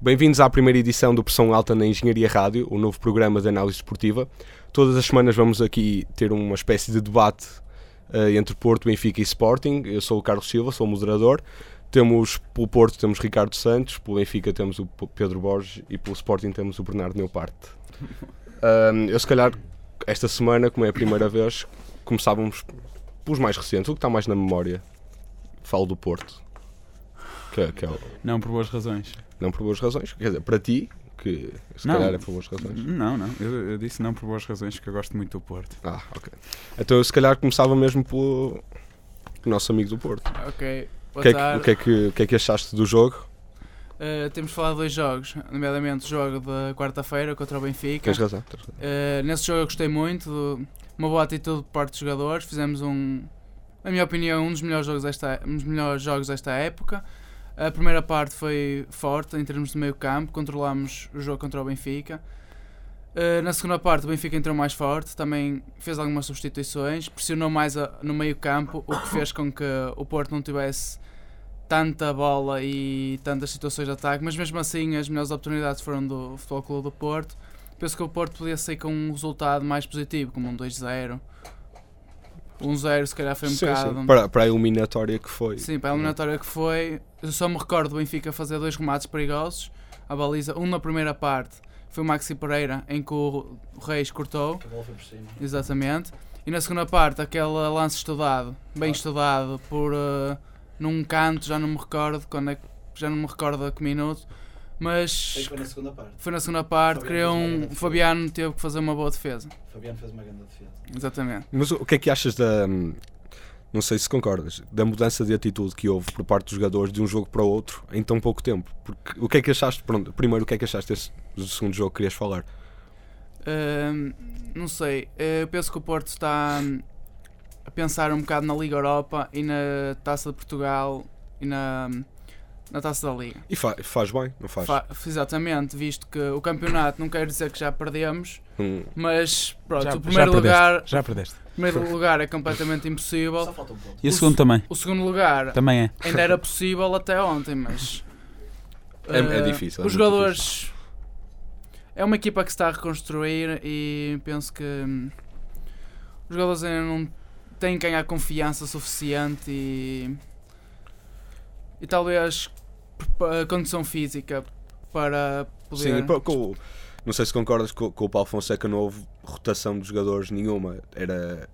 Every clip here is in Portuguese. Bem-vindos à primeira edição do Pressão Alta na Engenharia Rádio, o novo programa de análise desportiva. Todas as semanas vamos aqui ter uma espécie de debate eh, entre Porto, Benfica e Sporting. Eu sou o Carlos Silva, sou o moderador. Temos pelo Porto temos Ricardo Santos, pelo Benfica temos o P- Pedro Borges e pelo Sporting temos o Bernardo Neuparte. Ahm, eu se calhar esta semana, como é a primeira vez, começávamos pelos mais recentes, o que está mais na memória. Falo do Porto. Que, é- que é o- Não, por boas razões. não por boas razões, quer dizer, para ti, que se Não. calhar é por boas razões. Não, não. Eu, eu disse não por boas razões, que eu gosto muito do Porto. Ah, ok. Então eu se calhar começava mesmo pelo nosso amigo do Porto. Ok, O boa que, é que, o, tarde. que é que, o que é que achaste do jogo? Uh, temos falado de dois jogos, nomeadamente o jogo da quarta-feira contra o Benfica. Tens razão. tens razão. Uh, nesse jogo eu gostei muito, do- uma boa atitude por parte dos jogadores. Fizemos um, na minha opinião, um dos melhores jogos desta, um dos melhores jogos desta época. A primeira parte foi forte em termos de meio campo, controlámos o jogo contra o Benfica. Uh, na segunda parte o Benfica entrou mais forte, também fez algumas substituições, pressionou mais a- no meio campo, o que fez com que o Porto não tivesse tanta bola e tantas situações de ataque, mas mesmo assim as melhores oportunidades foram do Futebol Clube do Porto. Penso que o Porto podia sair com um resultado mais positivo, como um 2-0. Um 0 se calhar foi um Sim, bocado. sim. Para, para a eliminatória que foi. Sim, para a é? eliminatória que foi, eu só me recordo do Benfica fazer dois remates perigosos à baliza. Um na primeira parte foi o Maxi Pereira, em que o Reis cortou. Exatamente. E na segunda parte, aquele lance estudado, Ah. bem estudado, por eh, num canto, já não me recordo quando é que- já não me recordo a que minuto, mas Foi na segunda parte. foi na segunda parte, Fabiano criou fez uma grande um. defesa. Fabiano teve que fazer uma boa defesa. O Fabiano fez uma grande defesa. Exatamente. Mas o o que é que achas da. hum, Não sei se concordas, da mudança de atitude que houve por parte dos jogadores de um jogo para o outro em tão pouco tempo. Porque o que é que achaste? Pronto, primeiro, o que é que achaste desse, do segundo jogo que querias falar? Ahm, não sei, eh, eu penso que o Porto está hum, a pensar um bocado na Liga Europa e na Taça de Portugal e na, hum, na Taça da Liga. E fa- faz bem, não faz? Fa- exatamente, visto que o campeonato não quer dizer que já perdemos, Hum, mas pronto, Já- o primeiro já perdeste. lugar, Já perdeste. primeiro lugar é completamente Só impossível. falta um ponto. E o Uf. segundo também. O segundo lugar Também é. ainda era possível até ontem, mas. É- é eh, difícil, é muito Os jogadores. É uma equipa que se está a reconstruir e penso que. hum, os jogadores ainda não têm que ganhar confiança suficiente e. E talvez prepa- a condição física para poder. Sim, e pa- com o- não sei se concordas com, com o Paulo Fonseca, não houve rotação de jogadores nenhuma. Era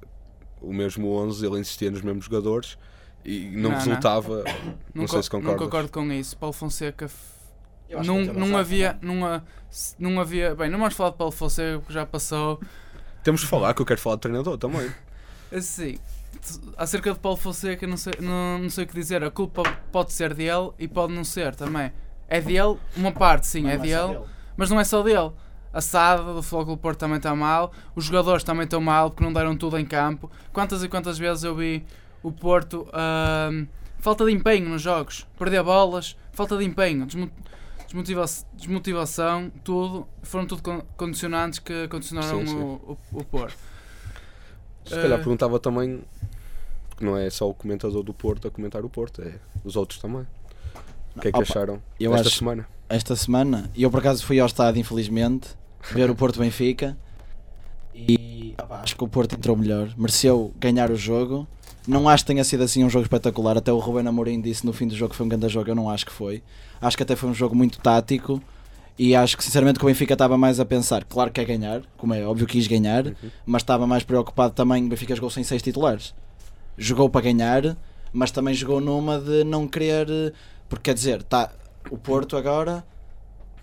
o mesmo 11, ele insistia nos mesmos jogadores e não, Não, não. resultava. não, não sei co- se não concordas. concordo com isso. Paulo Fonseca f- Eu acho que não, ele tem não razão. havia. Não, ha- se- não havia. Bem, não vamos falar de Paulo Fonseca porque já passou. Temos de falar que eu quero falar de treinador também. Assim, t- acerca de Paulo Fonseca, não sei, não, não sei o que dizer. A culpa pode ser dele e pode não ser também. É dele, uma parte sim, Não é só dele, mas não é só dele. A SAD do Futebol Clube do Porto também está mal, os jogadores também estão mal porque não deram tudo em campo. Quantas e quantas vezes eu vi o Porto ahm, falta de empenho nos jogos, perder bolas, falta de empenho, desmo- desmotiva- desmotivação, tudo, foram tudo con- condicionantes que condicionaram Sim, sim. O, o, o Porto. Se calhar Eh. perguntava também, porque não é só o comentador do Porto a comentar o Porto, é os outros também. O que é que Opa, acharam eu desta acho- semana? Esta semana, eu por acaso fui ao estádio, infelizmente, ver o Porto Benfica. E opá, acho que o Porto entrou melhor, mereceu ganhar o jogo. Não acho que tenha sido assim um jogo espetacular. Até o Ruben Amorim disse no fim do jogo que foi um grande jogo. Eu não acho que foi. Acho que até foi um jogo muito tático. E acho que sinceramente que o Benfica estava mais a pensar. Claro que é ganhar, como é óbvio, quis ganhar. mas estava mais preocupado também. O Benfica jogou sem seis titulares. Jogou para ganhar, mas também jogou numa de não querer. eh, Porque quer dizer, tá, o Porto agora.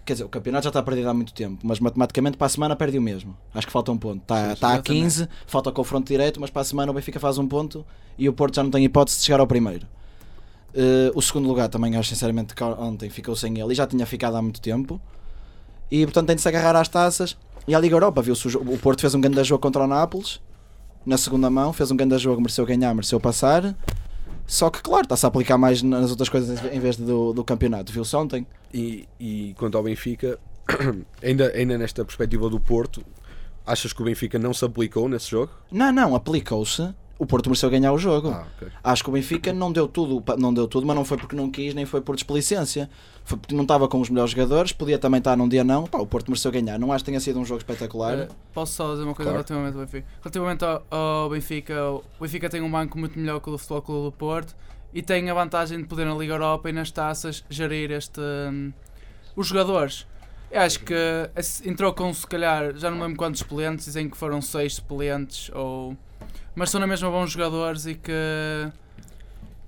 Quer dizer, o campeonato já está perdido há muito tempo, mas matematicamente para a semana perde o mesmo. Acho que falta um ponto. Está tá a exatamente. 15, falta o confronto direto, mas para a semana o Benfica faz um ponto e o Porto já não tem hipótese de chegar ao primeiro. Eh, o segundo lugar também acho sinceramente que ontem ficou sem ele e já tinha ficado há muito tempo. E portanto tem de se agarrar às taças. E a Liga Europa, viu-se o, jo- o Porto fez um grande jogo contra o Nápoles, na segunda mão, fez um grande jogo, mereceu ganhar, mereceu passar. Só que, claro, está-se a aplicar mais nas outras coisas em vez do, do campeonato, viu-se ontem. E, e quanto ao Benfica, ainda, ainda nesta perspectiva do Porto, achas que o Benfica não se aplicou nesse jogo? Não, não, aplicou-se. o Porto mereceu ganhar o jogo. Ah, ok. Acho que o Benfica não deu tudo, pa- não deu tudo, mas não foi porque não quis, nem foi por desplicência. Foi porque não estava com os melhores jogadores, podia também estar num dia não. Pá, o Porto mereceu ganhar. Não acho que tenha sido um jogo espetacular. É, Eh, posso só dizer uma coisa Claro. relativamente ao Benfica. Relativamente ao, ao Benfica, o Benfica tem um banco muito melhor que o do Futebol Clube do Porto e tem a vantagem de poder na Liga Europa e nas taças gerir este hum, os jogadores. Eu acho que esse- entrou com se calhar, já não me lembro quantos suplentes, dizem que foram seis suplentes ou mas são na mesma bons jogadores e que,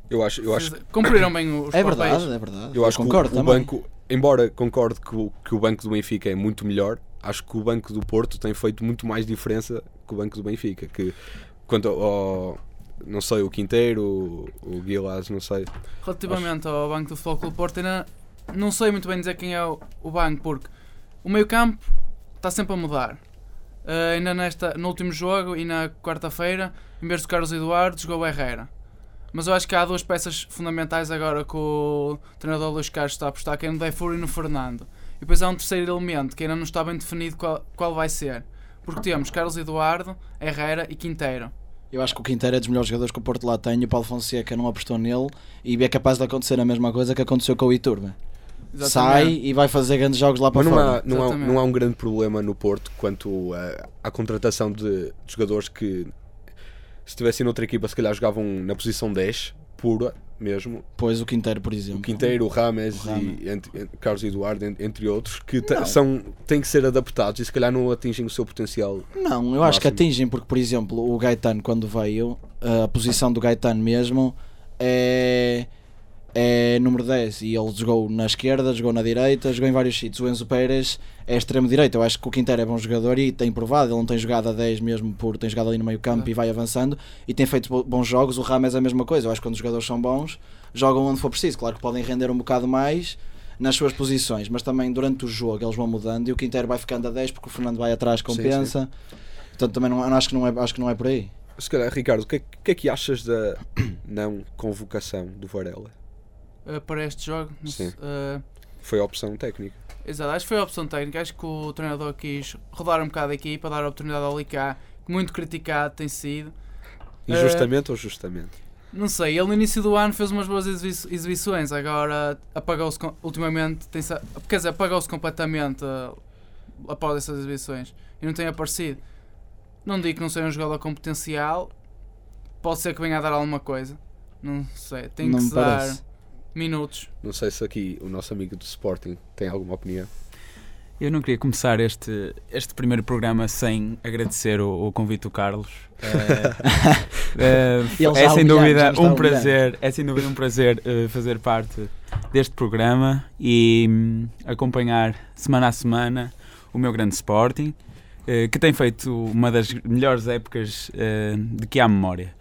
Eu acho, eu acho, fiz- cumpriram bem os é papéis. verdade, é verdade. eu acho que concordo o, o também. banco, embora concorde que o, que o banco do Benfica é muito melhor, acho que o banco do Porto tem feito muito mais diferença que o banco do Benfica. Que quanto ao, ao- não sei, o Quinteiro, o, o Guilherme, não sei. Relativamente ao banco do Futebol Clube do Porto, ainda não sei muito bem dizer quem é o, o banco, porque o meio campo está sempre a mudar. Eh, ainda nesta, no último jogo e na quarta-feira, em vez do Carlos Eduardo, jogou o Herrera. Mas eu acho que há duas peças fundamentais agora que o treinador Luís Carlos está a apostar, que é no Defur e no Fernando. E depois há um terceiro elemento que ainda não está bem definido qual, qual vai ser. Porque temos Carlos Eduardo, Herrera e Quinteiro. Eu acho que o Quinteiro é dos melhores jogadores que o Porto lá tem. e O Paulo Fonseca não apostou nele e é capaz de acontecer a mesma coisa que aconteceu com o Iturbe. Sai Exatamente. e vai fazer grandes jogos lá para Mas não fora. há, não, há, Exatamente. não há um grande problema no Porto quanto a- à contratação de, de jogadores que, se estivessem noutra equipa, se calhar jogavam na posição 10, pura mesmo. Pois o Quinteiro, por exemplo. O Quinteiro, o Rames, O Rames. e ent- ent- Carlos Eduardo, en- entre outros, que ta- são, têm que ser adaptados e se calhar não atingem o seu potencial. Não, eu acho que Máximo. atingem, porque, por exemplo, o Gaetano, quando veio, a posição do Gaetano mesmo é, é número 10 e ele jogou na esquerda, jogou na direita, jogou em vários sítios. O Enzo Pérez é extremo-direito. Eu acho que o Quintero é bom jogador e tem provado. Ele não tem jogado a 10 mesmo, por tem jogado ali no meio-campo e vai avançando e tem feito bo- bons jogos. O Rames é a mesma coisa. Eu acho que quando os jogadores são bons, jogam onde for preciso. Claro que podem render um bocado mais nas suas posições, mas também durante o jogo eles vão mudando e o Quintero vai ficando a 10 porque o Fernando vai atrás, compensa. Portanto, também não, acho, que não é, acho que não é por aí. Se calhar, Ricardo, o que, é- o que é que achas da não convocação do Varela? Eh, para este jogo. não Sim. se- eh, Foi a opção técnica. Exato, acho que foi a opção técnica. Acho que o treinador quis rodar um bocado aqui para dar a oportunidade ao Licá, que muito criticado tem sido. Injustamente ou justamente? Não sei, ele no início do ano fez umas boas exibi- exibições, agora apagou-se com- ultimamente, tem sa- quer dizer, apagou-se completamente ah, após essas exibições e não tem aparecido. Não digo que não seja um jogador com potencial, pode ser que venha a dar alguma coisa. Não sei, tem não que me se dar parece. minutos. Não sei se aqui o nosso amigo do Sporting tem alguma opinião. Eu não queria começar este, este primeiro programa sem agradecer o, o convite do Carlos. Eh, eh, Ele já é sem humilhado, já dúvida está um humilhado. prazer, é sem dúvida um prazer eh, fazer parte deste programa e hum, acompanhar semana a semana o meu grande Sporting, eh, que tem feito uma das melhores épocas eh, de que há memória.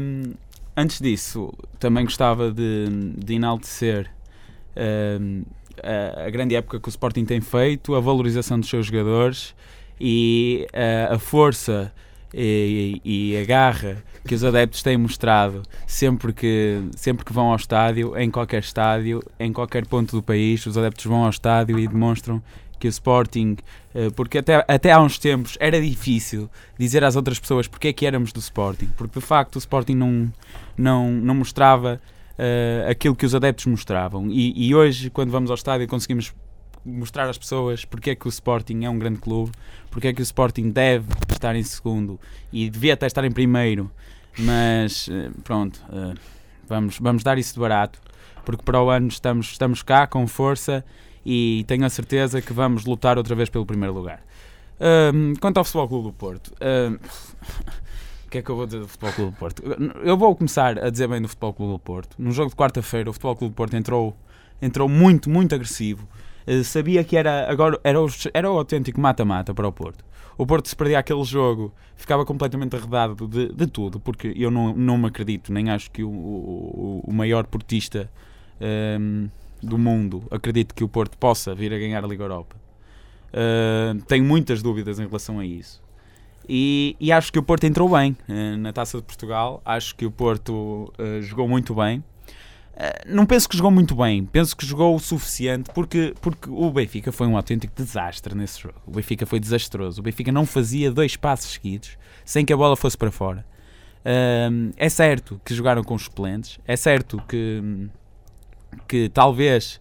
Hum, antes disso, também gostava de, de enaltecer hum, a, a grande época que o Sporting tem feito, a valorização dos seus jogadores e eh, a força e, e a garra que os adeptos têm mostrado sempre que, sempre que vão ao estádio, em qualquer estádio, em qualquer ponto do país, os adeptos vão ao estádio e demonstram que o Sporting, eh, porque até, até há uns tempos era difícil dizer às outras pessoas porque é que éramos do Sporting, porque de facto o Sporting não, não, não mostrava eh, aquilo que os adeptos mostravam. E, e hoje, quando vamos ao estádio, conseguimos mostrar às pessoas porque é que o Sporting é um grande clube, porque é que o Sporting deve estar em segundo e devia até estar em primeiro, mas eh, pronto, eh, vamos, vamos dar isso de barato, porque para o ano estamos, estamos cá com força e tenho a certeza que vamos lutar outra vez pelo primeiro lugar. Ahm, quanto ao Futebol Clube do Porto, ahm, o que é que eu vou dizer do Futebol Clube do Porto? Eu vou começar a dizer bem do Futebol Clube do Porto. No jogo de quarta-feira, o Futebol Clube do Porto entrou, entrou muito, muito agressivo. Eh, sabia que era agora era o, era o autêntico mata-mata para o Porto. O Porto, se perdia aquele jogo, ficava completamente arredado de, de tudo, porque eu não, não me acredito, nem acho que o, o, o maior portista ehm, do mundo acredite que o Porto possa vir a ganhar a Liga Europa. Eh, tenho muitas dúvidas em relação a isso. E, e acho que o Porto entrou bem eh, na Taça de Portugal. Acho que o Porto eh, jogou muito bem. Eh, não penso que jogou muito bem, penso que jogou o suficiente porque, porque o Benfica foi um autêntico desastre nesse jogo. O Benfica foi desastroso. O Benfica não fazia dois passos seguidos sem que a bola fosse para fora. Ahm, é certo que jogaram com os suplentes, é certo que, que talvez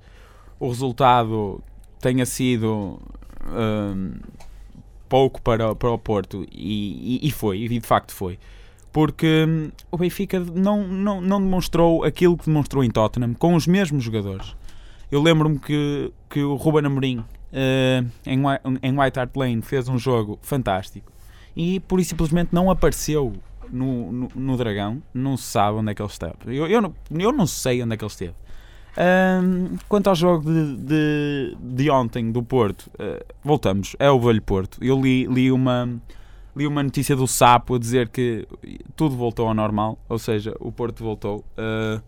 o resultado tenha sido ahm, pouco para, para o Porto, e, e- e foi, e de facto foi. Porque hum, o Benfica não, não, não demonstrou aquilo que demonstrou em Tottenham com os mesmos jogadores. Eu lembro-me que, que o Ruben Amorim eh, em, Whi- em White Hart Lane fez um jogo fantástico e por isso simplesmente não apareceu no, no, no Dragão, não se sabe onde é que ele esteve. Eu, eu, não, eu não sei onde é que ele esteve. Ahm, quanto ao jogo de, de, de ontem do Porto, eh, voltamos, é o velho Porto. Eu li, li, uma, li uma notícia do Sapo a dizer que tudo voltou ao normal, ou seja, o Porto voltou. Ah,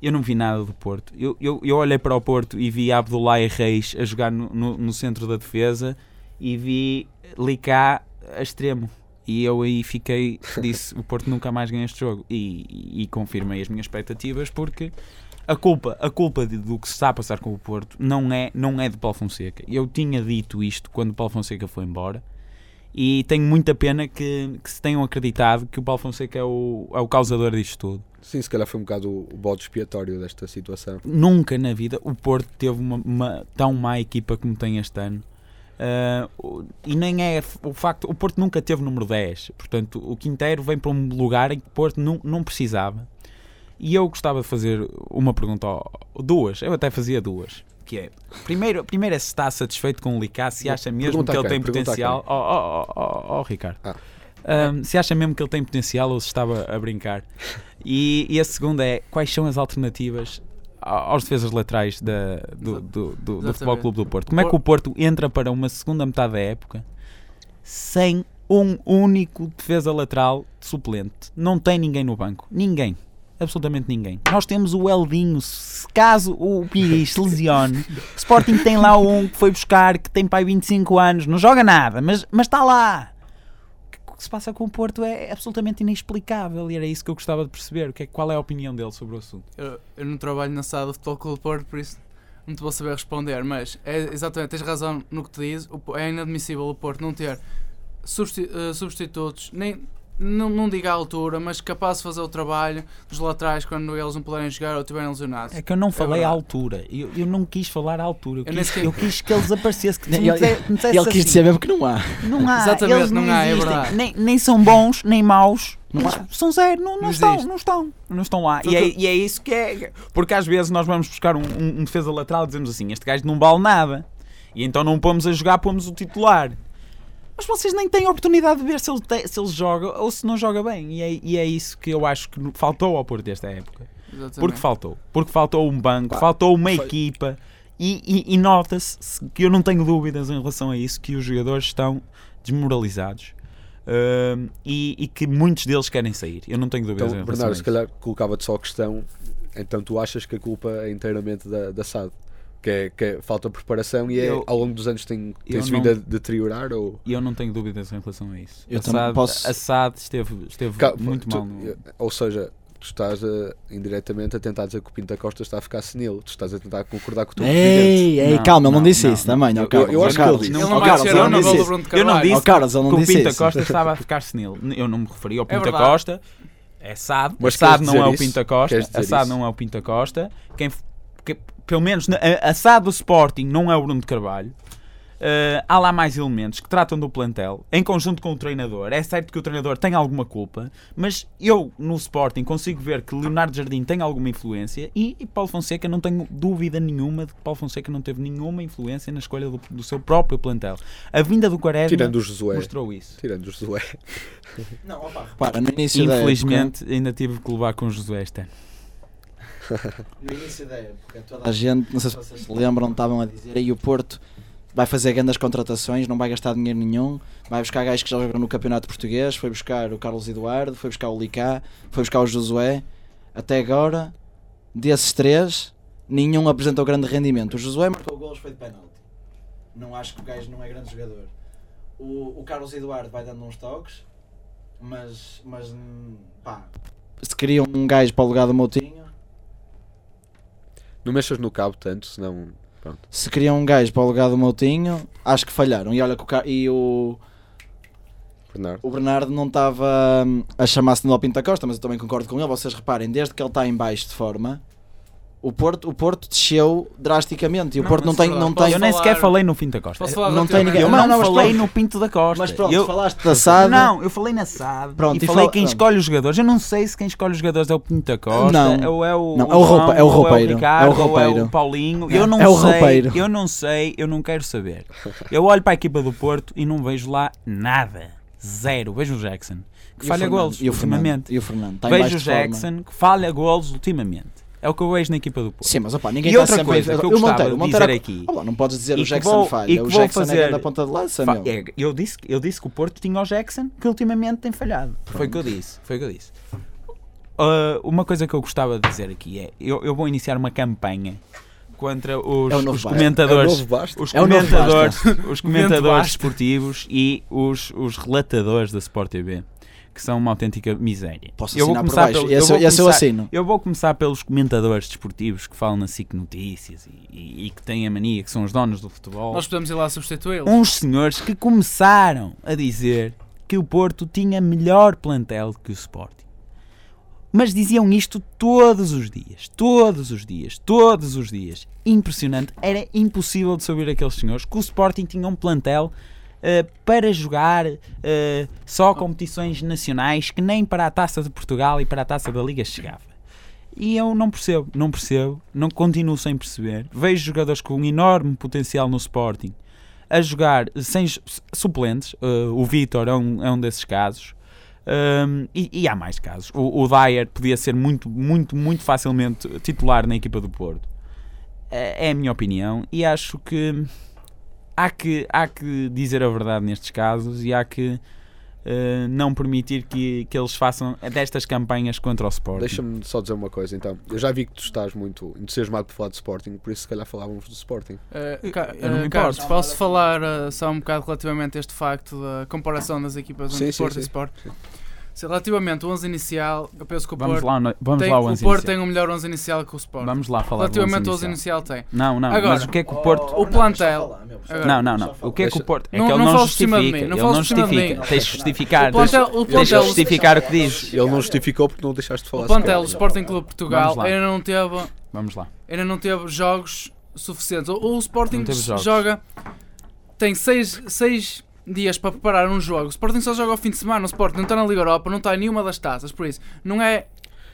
eu não vi nada do Porto. Eu, eu, eu olhei para o Porto e vi Abdoulaye Reis a jogar no, no, no centro da defesa e vi Licá a extremo. E eu aí fiquei, disse, o Porto nunca mais ganha este jogo. E, e, e confirmei as minhas expectativas porque a culpa, a culpa de- do que se está a passar com o Porto não é, não é de Paulo Fonseca. Eu tinha dito isto quando Paulo Fonseca foi embora e tenho muita pena que, que se tenham acreditado que o Paulo Fonseca é o, é o causador disto tudo. Sim, se calhar foi um bocado o, o bode expiatório desta situação. Nunca na vida o Porto teve uma, uma tão má equipa como tem este ano. Ah, o- e nem é f- o facto, o Porto nunca teve número 10, portanto, o Quinteiro vem para um lugar em que o Porto não, não precisava. E eu gostava de fazer uma pergunta, ao- duas, eu até fazia duas. Que é, primeiro, primeiro é se está satisfeito com o Licá, se acha mesmo Pergunta que a ele quem? tem Pergunta a potencial. Oh, oh, oh, oh, oh, Ricardo, Ah. Ah, se acha mesmo que ele tem potencial ou se estava a brincar? E, e a segunda é quais são as alternativas a- aos defesas laterais da, do, do, do, do Exatamente. Futebol Clube do Porto? Como é que o Porto entra para uma segunda metade da época sem um único defesa lateral suplente? Não tem ninguém no banco. Ninguém. Absolutamente ninguém. Nós temos o Eldinho. Se caso o Pires se lesione, o Sporting tem lá um que foi buscar, que tem pai 25 anos, não joga nada, mas, mas está lá o que se passa com o Porto é absolutamente inexplicável e era isso que eu gostava de perceber. O que é, qual é a opinião dele sobre o assunto? Eu, eu não trabalho na sala do Futebol Clube do Porto, por isso não te vou saber responder, mas é exatamente, tens razão no que te diz. O Po- é inadmissível o Porto não ter substi- eh, substitutos, nem, não, não diga a altura, mas capaz de fazer o trabalho dos laterais quando eles não puderem jogar ou estiverem lesionados. É que eu não falei à verdade. altura. Eu, eu não quis falar à altura. Eu Eu nem quis, sei- eu quis que eles aparecessem. Que tu me Ele- disse- me dissesse Ele quis assim, dizer mesmo que não há. Não há. Exatamente, eles não, não há, é existem. verdade. nem, nem são bons, nem maus. Não Eles há. são zero. Não, não Não estão, existe. não estão. Não estão lá. Foi E é, o que e é isso que é. Porque às vezes nós vamos buscar um, um- um defesa lateral e dizemos assim: este gajo não vale nada. E então não o pomos a jogar, pomos o titular. Mas vocês nem têm a oportunidade de ver se ele, te- se ele joga ou se não joga bem. E é, e é isso que eu acho que no- faltou ao Porto desta época. Exatamente. Porque faltou. Porque faltou um banco, faltou uma equipa. E, e- e nota-se se- que eu não tenho dúvidas em relação a isso, que os jogadores estão desmoralizados. hum, e, e que muitos deles querem sair. Eu não tenho dúvidas em Então, relação Bernardo, se a é, isso. calhar colocava-te só a questão. Então, tu achas que a culpa é inteiramente da, da SAD? Que é, que é falta de preparação e é, Eu- ao longo dos anos tem, eu tem-se não- vindo a deteriorar? Ou... E eu não tenho dúvidas em relação a isso. Eu a também SAD, posso- a SAD esteve, esteve Ca- muito tu- mal. é? No... Ou seja, tu estás a, indiretamente a tentar dizer que o Pinto da Costa está a ficar senil. Tu estás a tentar concordar com o teu presidente. Ei, ei, Não, calma, ele não não, disse não, isso tá não. também. ó Eu- Carlos, eu ó acho que Carlos. ele Ele disse. não Ó vai Carlos, ser ele ou não na disse bola do isso. Bruno de Eu não Carvalho. disse Ó Carlos, ele não que o disse Pinta isso. Costa estava a ficar senil. Eu não me referi ao Pinta verdade. Costa. É SAD. Mas a SAD queres não é dizer o isso? Pinta Costa. Queres dizer A SAD isso? não é o Pinta Costa. Quem, f- que- pelo menos na- a, a SAD do Sporting não é o Bruno de Carvalho. Eh, há lá mais elementos que tratam do plantel em conjunto com o treinador. É certo que o treinador tem alguma culpa, mas eu no Sporting consigo ver que Leonardo Jardim tem alguma influência e, e Paulo Fonseca não tenho dúvida nenhuma de que Paulo Fonseca não teve nenhuma influência na escolha do, do seu próprio plantel. A vinda do Quaresma Tirando o Josué. mostrou isso. Tirando o Josué. Repara, no início da é época- Infelizmente, ainda tive que levar com o José este ano. No início da época, toda a gente, não sei se vocês se lembram, estavam a dizer aí o Porto vai fazer grandes contratações, não vai gastar dinheiro nenhum, vai buscar gajos que já jogam no Campeonato Português, foi buscar o Carlos Eduardo, foi buscar o Licá, foi buscar o Josué. Até agora, desses três, nenhum apresentou grande rendimento. O Josué marcou golos, foi de penalti. Não acho que o gajo não é grande jogador. O, o Carlos Eduardo vai dando uns toques, mas, mas hum, pá, se queriam um gajo para o lugar do Moutinho, Não mexas no cabo tanto, senão. se queriam um gajo para o lugar do Moutinho, acho que falharam. E olha que o, Ca- e o, Bernardo. O Bernardo não estava hum, a chamar-se Nilo Pinto da Costa, mas eu também concordo com ele. Vocês reparem, desde que ele está em baixo de forma, o Porto, o Porto desceu drasticamente. E o Não, Porto não mas tem. sei lá, Não posso tem é Eu nem falar- sequer falei no Pinto da Costa. Posso falar Não tem relativamente- ninguém- Eu Não, não, não, mas falei pronto. no Pinto da Costa. mas pronto, eu, falaste da SAD. Não, eu falei na SAD. Pronto, e e falei fala- quem pronto. escolhe os jogadores. Eu não sei se quem escolhe os jogadores é o Pinto da Costa, Não. ou é o Não, é João, o roupa- é o ou roupeiro, é o Ricardo, ou é o roupeiro. Paulinho. Eu não É o sei, roupeiro. eu não sei, eu não quero saber. Eu olho para a equipa do Porto e não vejo lá nada. Zero. Vejo o Jackson, que E o falha Fernando- golos e o Fernando- ultimamente. E o Fernando. Está em Vejo baixo o de forma. Jackson, que falha golos ultimamente. É o que eu vejo na equipa do Porto. Sim, mas opa, ninguém E está outra sempre coisa que eu o Monteiro, gostava o de Monteiro dizer é- aqui... Olha, não podes dizer e o que Jackson vou- e falha. que O vou Jackson é fazer- grande a ponta de lança, Fa- meu. é, eu, disse, que- eu disse que o Porto tinha o Jackson, que ultimamente tem falhado. Foi o que eu disse. Foi o que eu disse. Ah, uma coisa que eu gostava de dizer aqui é: eu, eu vou iniciar uma campanha contra os, É o novo os Vasco. É o comentadores. novo Basta? Os É o novo comentadores, os comentadores Basta. esportivos e os, os relatadores da Sport TV, que são uma autêntica miséria. Posso eu vou assinar por começar baixo. pelo- Esse eu eu- vou esse eu começar- assino. eu vou começar pelos comentadores desportivos que falam na SIC Notícias e, e- e que têm a mania, que são os donos do futebol Nós podemos ir lá substituí-lo. uns senhores que começaram a dizer que o Porto tinha melhor plantel que o Sporting. Mas diziam isto todos os dias, todos os dias, todos os dias. Impressionante, era impossível de saber aqueles senhores que o Sporting tinha um plantel eh, para jogar eh, só competições nacionais que nem para a Taça de Portugal e para a Taça da Liga chegava. E eu não percebo, não percebo, não continuo sem perceber. Vejo jogadores com um enorme potencial no Sporting a jogar sem su- suplentes. eh, o Vitor é um, é um desses casos. Ahm, e, e há mais casos. O, o Dyer podia ser muito, muito, muito facilmente titular na equipa do Porto. É, é a minha opinião. E acho que há que, há que dizer a verdade nestes casos e há que eh, não permitir que, que eles façam destas campanhas contra o Sporting. Deixa-me só dizer uma coisa então. Eu já vi que tu estás muito entusiasmado por falar de Sporting, por isso se calhar falávamos do Sporting. Uh, Ca- Eu não me uh, Carlos, importo. posso falar uh, só um bocado relativamente a este facto da comparação das equipas Sim, entre sim, Porto sim. e Sport? Se Relativamente ao 11 inicial, eu penso que o Vamos Porto, lá, no- vamos tem, lá ao o onze Porto inicial. tem um melhor 11 inicial que o Sport. Vamos lá falar do Relativamente ao onze 11 inicial. inicial tem. Não, não, Agora, mas o que é que o Porto... o plantel- Não, não, não. O que é que o Porto. É Não- que ele não não, fales por justifica. cima de mim, não ele fales não por cima de justifica. mim. Tens de justificar. O plantel, o tens de plantel, justificar o que diz. Ele não justificou porque não o deixaste de falar. o plantel do sequer. Sporting Clube de Portugal Vamos lá. ainda não teve, Vamos lá. ainda não teve jogos suficientes. Ou, ou o Sporting Não teve jogos. joga. Tem 6 seis, seis dias para preparar um jogo. O Sporting só joga ao fim de semana. O Sporting não está na Liga Europa, não está em nenhuma das taças. Por isso, não é.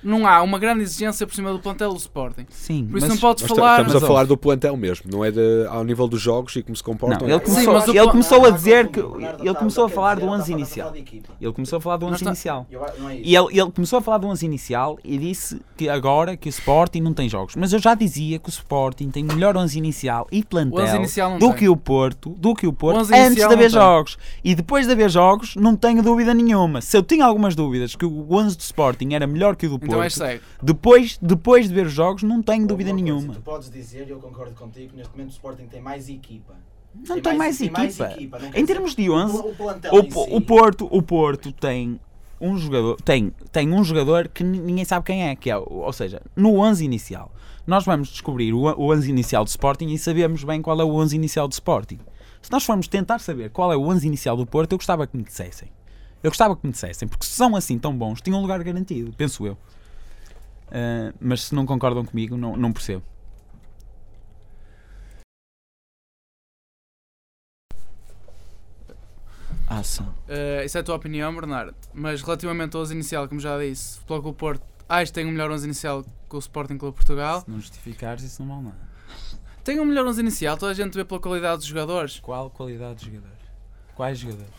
Não há uma grande exigência por cima do plantel do Sporting. Sim, Por isso mas- não podes Nós falar. estamos Mas a falar do plantel mesmo, não é de, ao nível dos jogos e como se comportam. Não, ele Sim, começou, mas o ele plan- começou a dizer que. tá, Ele começou a falar do 11 inicial. Ele começou a falar do 11 está- inicial. é E ele, ele começou a falar do 11 inicial e disse que agora que o Sporting não tem jogos. Mas eu já dizia que o Sporting tem melhor 11 inicial e O 11 plantel inicial não do tem. que o Porto, do que o Porto O 11 antes inicial de haver não tem. jogos. E depois de haver jogos, não tenho dúvida nenhuma. Se eu tinha algumas dúvidas que o 11 do Sporting era melhor que o do Porto, Então é cego. depois, depois de ver os jogos, não tenho dúvida nenhuma. Tu podes dizer, eu concordo contigo, neste momento o Sporting tem mais equipa. Não tem mais equipa. não quer Em dizer- termos de 11, o, plantel O, em Po- si- o Porto, o Porto tem um jogador, tem, tem um jogador que ni- ninguém sabe quem é, que é, o- ou seja, no 11 inicial. Nós vamos descobrir o, o 11 inicial do Sporting e sabemos bem qual é o 11 inicial do Sporting. Se nós formos tentar saber qual é o 11 inicial do Porto, eu gostava que me dissessem. Eu gostava que me dissessem, porque se são assim tão bons, tinham um lugar garantido, penso eu. Ah, mas se não concordam comigo, não, não percebo. Ah, sim. Eh, isso é a tua opinião, Bernardo. Mas relativamente ao 11 inicial, como já disse, pelo que o Porto. Ais tem um melhor 11 inicial que o Sporting Clube de Portugal. não justificares, isso não vale nada. Tem um melhor 11 inicial, toda a gente vê pela qualidade dos jogadores. Qual qualidade de jogador? Quais jogadores?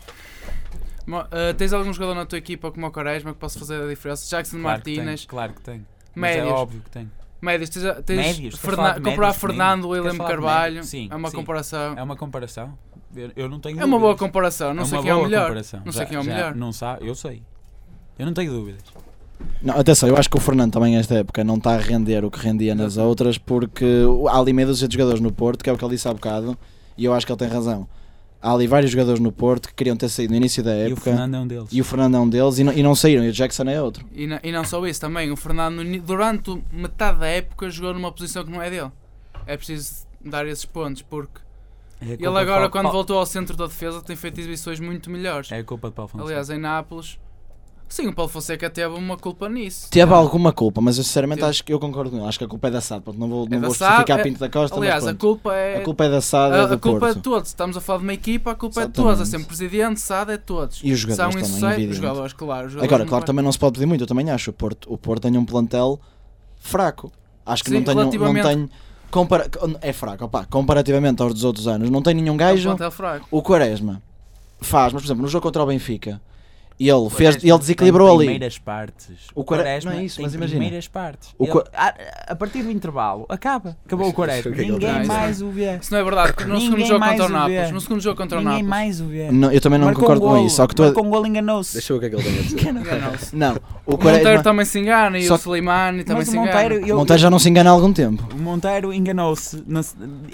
Mo- eh, tens algum jogador na tua equipa como o Quaresma que possa fazer a diferença? Jackson Martínez, claro que tem. Mas é Mas é Médios. óbvio que tem. médios, tens, a- tens Médios? Queres Fernan- falar de comparar médios Fernando comigo? William Queres falar de Carvalho, médios? Sim, é uma sim. comparação, É uma comparação? Eu, eu não tenho é uma boa dúvidas. comparação, não sei uma quem é o boa melhor, comparação. não sei Já- quem é o já melhor. Não sabe, eu sei. Eu não tenho dúvidas. Não, atenção, eu acho que o Fernando também nesta época não está a render o que rendia nas outras porque há ali meia dúzia de jogadores no Porto, que é o que ele disse há bocado, e eu acho que ele tem razão. Há ali vários jogadores no Porto que queriam ter saído no início da e o época Fernando é um deles. e o Fernando é um deles e não, e não saíram, e o Jackson é outro. E, na- e não só isso, também o Fernando ni- durante o- metade da época jogou numa posição que não é dele. É preciso dar esses pontos porque É Ele agora, quando voltou ao centro da defesa, tem feito exibições muito melhores. É culpa de Paulo Fonseca. Aliás, em Nápoles. Sim, o Paulo Fonseca teve uma culpa nisso. Teve Não. é? alguma culpa, mas eu sinceramente Teve. acho que eu concordo com ele. Acho que a culpa é da SAD. Pronto, não vou, É não da vou SAD, justificar é- Pinto da Costa, Aliás, mas a pronto. culpa é. a culpa é da SAD, é a- do a culpa é de Porto. todos. Estamos a falar de uma equipa, a culpa é de Exatamente. todos. É sempre presidente, SAD, é de todos. E os jogadores São também, insucesso- evidente. os jogadores, claro. os jogadores Agora, não é- claro, fazem- também não se pode pedir muito. Eu também acho. O Porto, o Porto tem um plantel fraco. Acho que Sim, não tem. um- Não relativamente. tem compara- é fraco, opá, comparativamente aos dos outros anos. Não tem nenhum é um gajo. plantel fraco. O Quaresma faz, mas por exemplo, no jogo contra o Benfica, ele, fez, Quaresma ele desequilibrou tem ali. primeiras partes. O O Quare- Quaresma não é isso, tem mas imagina. primeiras partes. O Ele- Ah, Qua- a, a partir do intervalo, acaba. Acabou o Quaresma. Isso é que ele Ninguém diz. mais o vê. Isso não é verdade. porque No Ninguém segundo jogo mais contra o o Nápoles. vê. No segundo jogo contra o Ninguém Nápoles. mais o vê. Não, eu também não Marcou um concordo com golo, isso. Só que tu... marcou um golo, enganou-se. Deixa eu ver o que é que ele tem a dizer. Enganou-se. Não, o O Monteiro Quaresma. também se engana e Só o que- Slimani também Mas se o Monteiro, engana. O eu- Monteiro já não se engana há algum tempo. o Monteiro enganou-se na-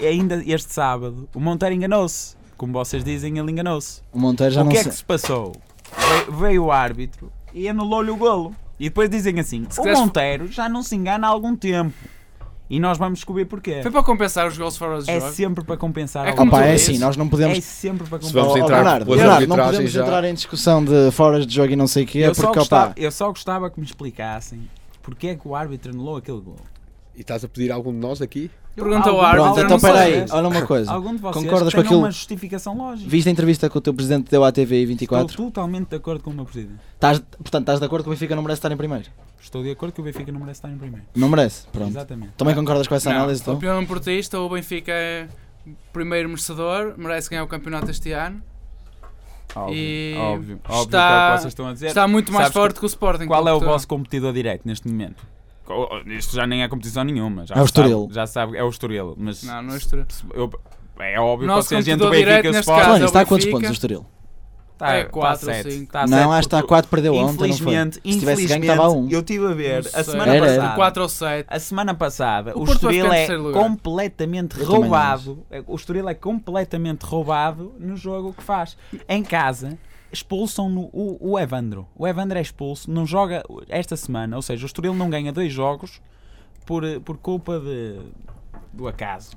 ainda este sábado. O Monteiro enganou-se. Como vocês dizem, ele enganou-se. O Monteiro já o não que é se. que se passou? Veio, veio o árbitro e anulou-lhe o golo. E depois dizem assim: Se o quiseres- Monteiro já não se engana há algum tempo. E nós vamos descobrir porquê. Foi para compensar os gols fora do É jogo. sempre para compensar. É alguma como Opa, tu é coisa. dizes. assim, nós não podemos. É sempre para Se compensar. vamos Oh, entrar Bernardo, pelas Bernardo, não arbitragens podemos já- entrar em discussão de foras de jogo e não sei o que é, eu, só porque gostava, opá, eu só gostava que me explicassem porque é que o árbitro anulou aquele gol. E estás a pedir algum de nós aqui? Eu- Pergunta ao algum- árbitro, pronto, algum então não sei. peraí, de vocês- olha uma coisa. Algum de vocês é. Concordas Concordas com tem aquilo? uma justificação lógica. Viste a entrevista que o teu presidente deu à TV 24? Estou totalmente de acordo com o meu presidente. Estás, portanto, estás de acordo que o Benfica não merece estar em primeiro? Estou de acordo que o Benfica não merece estar em primeiro. Não merece, pronto. Exatamente. Também concordas com essa Não, análise, então? Opinião portista, o Benfica é primeiro merecedor, merece ganhar o campeonato este ano. Óbvio, E óbvio, óbvio está- que é o que vocês estão a dizer. Está muito mais Sabes forte que o Sporting. Qual é o Portugal. vosso competidor direto neste momento? Co- Isto já nem é competição nenhuma. Já É o se sabe- Estoril. Já se sabe, é o Estoril. Mas Não, não é estranho. eu- é óbvio Nosso que vocês entre o competidor Benfica e direto o neste Sporting. caso- Olha, está a quantos Benfica. pontos o Estoril? Tá, É quatro tá ou sete, cinco. tá sete, não, acho que está porque- 4, perdeu ontem, não foi? Infelizmente, Se tivesse ganho, infelizmente, estava a um. eu estive a ver Não a sei. semana Era, era. passada. 4 ou 7. A semana passada, O o, Porto vai Estoril ficar em é terceiro lugar. completamente Eu também roubado. O Estoril é completamente roubado no jogo que faz. Em casa, expulsam-no o, o Evandro. O Evandro é expulso, não joga esta semana. Ou seja, o Estoril não ganha dois jogos por, por culpa de, do acaso.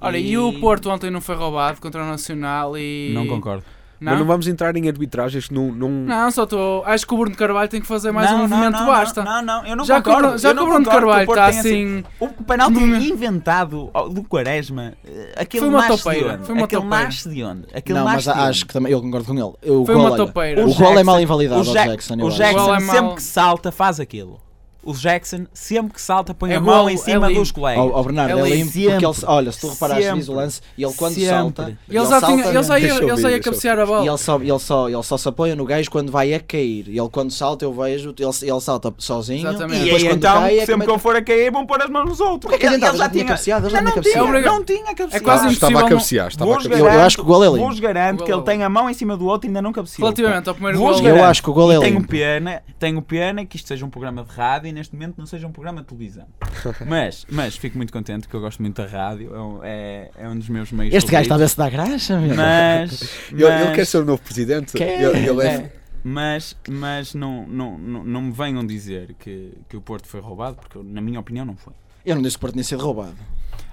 Olha, e... o Porto ontem não foi roubado contra o Nacional e. Não concordo. Mas não Não, vamos entrar em arbitragens que não. não... Ah, Não, só estou. Acho que o Bruno Carvalho tem que fazer mais não, um não, movimento, não, basta. Não, não, eu não já que o concordo. Bruno- já eu que não o Bruno concordo que o Carvalho Porto tenha está sido- assim. O penalti Hum. inventado ao- do Quaresma, eh, aquele Foi uma nasce topeira, de onde? foi uma aquele topeira. nasce de onde? Aquele Não, mas nasce de onde? acho que também, eu concordo com ele. O Foi gol, uma olha, topeira. O O gol é mal Jackson- invalidado O, ao Jack- Jackson, eu o acho. Jackson Igual é mau. sempre que salta faz aquilo. O Jackson sempre que salta põe É a mão golo, em é cima limpo. dos colegas. Ao, ao Bernardo, Ele ele limpo, porque sempre- ele, olha, se tu reparares, sempre- diz o lance, e ele quando sempre. salta, E ele, já salta, né? tinha, ele só é ia, Deixa eu ele só ouvir, ia deixa eu cabecear a E bola. ele só, ele, só, ele só se apoia no gajo quando vai a cair. E ele quando salta, eu vejo, ele, ele salta sozinho. Exatamente. E E depois aí, quando então, cai, é que sempre mete- que eu for a cair, vão pôr as mãos nos outros. Porque é que ele andava, já tinha cabeceado, já já tinha não tinha, cabeceado. não tinha cabeceado. É quase Ah, estava impossível a não- cabecear, estava a Vos cabecear. Eu- eu acho que o gol é limpo. Vos garanto que ele Gol é limpo. tem a mão em cima do outro e ainda não cabeceou. Relativamente ao primeiro Vos gol. garanto. Eu acho que o gol é E tenho limpo. pena, tenho pena que isto seja um programa de rádio e neste momento não seja um programa de televisão. mas, mas fico muito contente que eu gosto muito da rádio, é um, é, é um dos meus meios. Este gajo está a favoritos. ver se dá graxa, meu. Mas, Ele, ele mas- quer ser o novo presidente? Quer. Ele, ele é- é, mas, mas não, não, não, não me venham dizer que, que o Porto foi roubado, porque eu, na minha opinião não foi. Eu não disse que o Porto tinha sido roubado.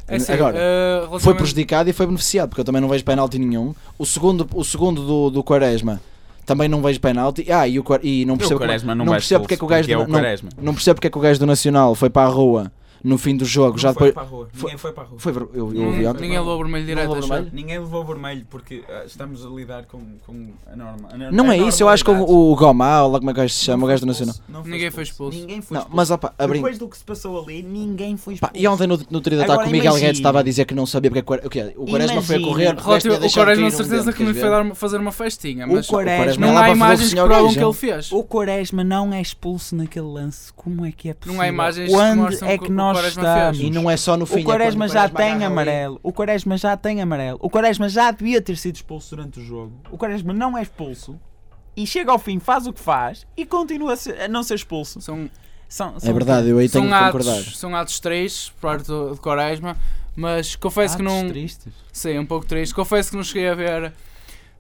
É assim, Agora, eh, Foi relativamente- prejudicado e foi beneficiado, porque eu também não vejo penalti nenhum. O segundo, o segundo do, do Quaresma também não vejo penalti. Ah, e, o, Quar- e não percebo, o Quaresma como- não, não vai percebo porque é que o expulso, gajo porque é do, o não, Quaresma. não percebo porque é que o gajo do Nacional foi para a rua no fim do jogo. já depois, para a rua. Ninguém foi para a rua. foi, ver- eu, eu ouvi é Ninguém, ontem. ninguém levou o vermelho direto. levou acho vermelho? eu. Ninguém levou vermelho porque ah, estamos a lidar com, com a norma. a nor- Não a é isso, eu acho que normalidade. o, o Gomá, ou lá como é que o gajo se Não chama, o foi gajo do expulso, Nacional. não Ninguém foi expulso. Ninguém foi Não, expulso. mas opa, abrindo. Depois do que se passou ali, ninguém foi Pá, expulso. e ontem no, no Twitter está Agora comigo Miguel imagina. Guedes estava a dizer que não sabia porque é que o Quare- o que é. O Quaresma foi a Imagina. correr. Relativo- deve ter o deixado Quaresma, cair um certeza dente, que me queres foi ver? dar, fazer uma festinha, o mas Quaresma é Quaresma, não lá há para fazer o imagens que senhor provam gajo. que ele fez. o Quaresma não é expulso naquele lance. Como é que é possível? imagens que Onde mostram é que que o nós Quaresma estamos? fez. E não é só no fim. é o Quaresma quando já tem agarra ali. amarelo. O Quaresma já tem amarelo. O Quaresma já devia ter sido expulso durante o jogo. O Quaresma não é expulso. E chega ao fim, faz o que faz e continua a, ser- a não ser expulso. São, São- É são- verdade, eu aí tenho são, que concordar. atos, são atos tristes por parte do- de Quaresma, mas confesso que Atos não. tristes. Sim, um pouco triste. Confesso que não cheguei a ver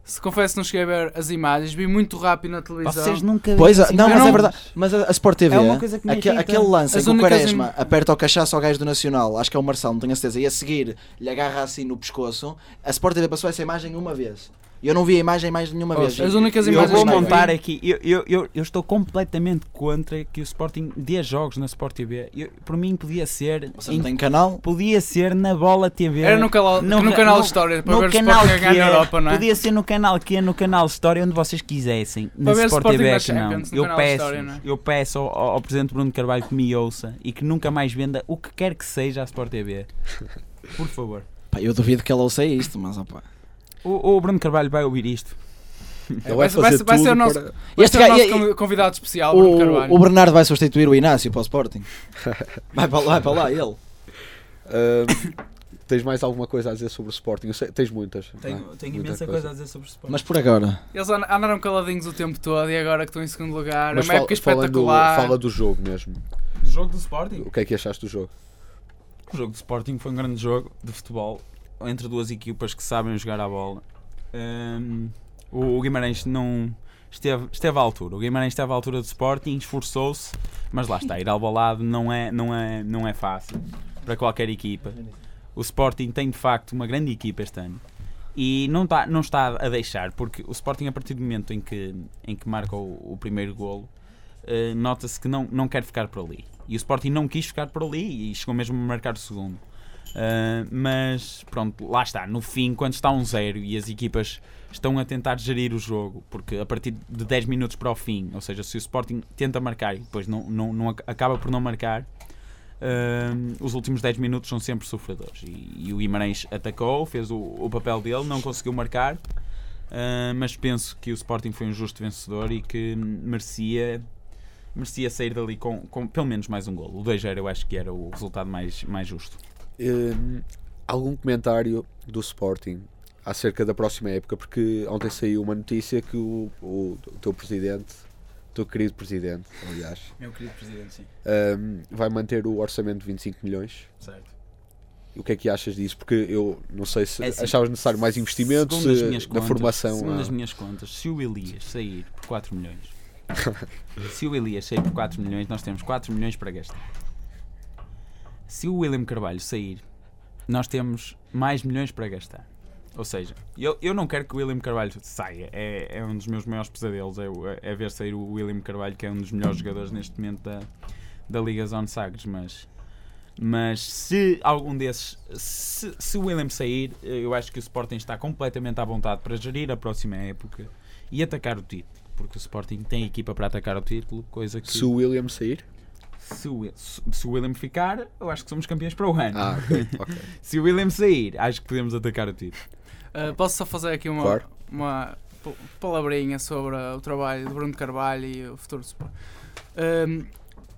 se confesso não cheguei a ver as imagens, vi muito rápido na televisão. Vocês nunca Pois, viram não, assim, mas eu é verdade. Mas a, a Sport TV, É uma coisa que me aque- irrita. aquele lance As em que o únicas Quaresma aperta o cachaço ao gajo do Nacional, acho que é o Marcelo, não tenho a certeza, e a seguir lhe agarra assim no pescoço, a Sport TV passou essa imagem uma vez. E eu não vi a imagem mais nenhuma vez. As únicas Eu Eu imagens vou que vi- montar aqui. Eu, eu, eu, eu estou completamente contra que o Sporting dê jogos na Sport TV. Eu, por mim, podia ser. Vocês em- não têm canal? Podia ser na Bola TV. Era no, canal No no ca- canal no- de história, para no ver o canal Sporting a que ganhar é. na Europa, não é? Podia ser no canal que é, no canal História, onde vocês quisessem. Na Para ver Sport Sporting TV na que não. Champions, no eu, canal peço, História, não é? eu peço ao, ao ao Presidente Bruno Carvalho que me ouça e que nunca mais venda o que quer que seja à Sport TV. Por favor. Pá, eu duvido que ele ouça isto, mas opa. O, o Bruno Carvalho vai ouvir isto. É, vai, vai- vai ser o nosso, vai Este ser o gajo- nosso e- convi- convidado especial, Bruno Carvalho. O, o Bernardo vai substituir o Inácio para o Sporting. Vai para lá, vai para lá, ele. Ah, tens mais alguma coisa a dizer sobre o Sporting? Eu sei- tens muitas. não é? Muita a dizer sobre o Sporting. Mas por agora. Eles an- andaram caladinhos o tempo todo e agora que estão em segundo lugar. Mas é uma época fala, do, espetacular. fala do jogo mesmo. Do jogo do Sporting? O que é que achaste do jogo? O jogo do Sporting foi um grande jogo de futebol entre duas equipas que sabem jogar à bola. Hum, o o Guimarães não esteve, esteve à altura. O Guimarães esteve à altura do Sporting, esforçou-se, mas lá está, ir ao balado não é, não é, não é fácil para qualquer equipa. O Sporting tem de facto uma grande equipa este ano e não está, não está a deixar, porque o Sporting, a partir do momento em que, em que marca o, o primeiro golo, eh, nota-se que não, não quer ficar por ali. E o Sporting não quis ficar por ali e chegou mesmo a marcar o segundo. Eh, mas pronto, lá está. No fim, quando está um zero e as equipas estão a tentar gerir o jogo, porque a partir de 10 minutos para o fim, ou seja, se o Sporting tenta marcar e depois não, não, não ac- acaba por não marcar, Hum, os últimos 10 minutos são sempre sofredores. E, e o Guimarães atacou, fez o, o papel dele, não conseguiu marcar. hum, mas penso que o Sporting foi um justo vencedor e que hum, merecia, merecia sair dali com, com pelo menos mais um golo. O 2-0 eu acho que era o resultado mais, mais justo. Hum, algum comentário do Sporting acerca da próxima época? Porque ontem saiu uma notícia que o, o teu presidente, o teu querido presidente, aliás, Meu querido Presidente, sim. hum, vai manter o orçamento de 25 milhões. Certo. O que é que achas disso? Porque eu não sei se É assim, achavas necessário mais investimento Segundo as se minhas na contas- formação. ah. Segundo há- as minhas contas, se o Elias sair por 4 milhões, se o Elias sair por 4 milhões, nós temos 4 milhões para gastar. Se o William Carvalho sair, nós temos mais milhões para gastar. Ou seja, eu, eu não quero que o William Carvalho saia. É, é um dos meus maiores pesadelos. É, o- é ver sair o William Carvalho, que é um dos melhores jogadores neste momento da, da Liga Zone Sagres. Mas, mas se algum desses. Se, se o William sair, eu acho que o Sporting está completamente à vontade para gerir a próxima época e atacar o título. Porque o Sporting tem equipa para atacar o título, coisa que. Se o William sair? se o Wi- se- se o William ficar, eu acho que somos campeões para o ano. Ah, ok. ok. Se o William sair, acho que podemos atacar o título. Uh, posso só fazer aqui uma, Claro. uma pa- palavrinha sobre uh, o trabalho de Bruno de Carvalho e o futuro do Sporting. Um,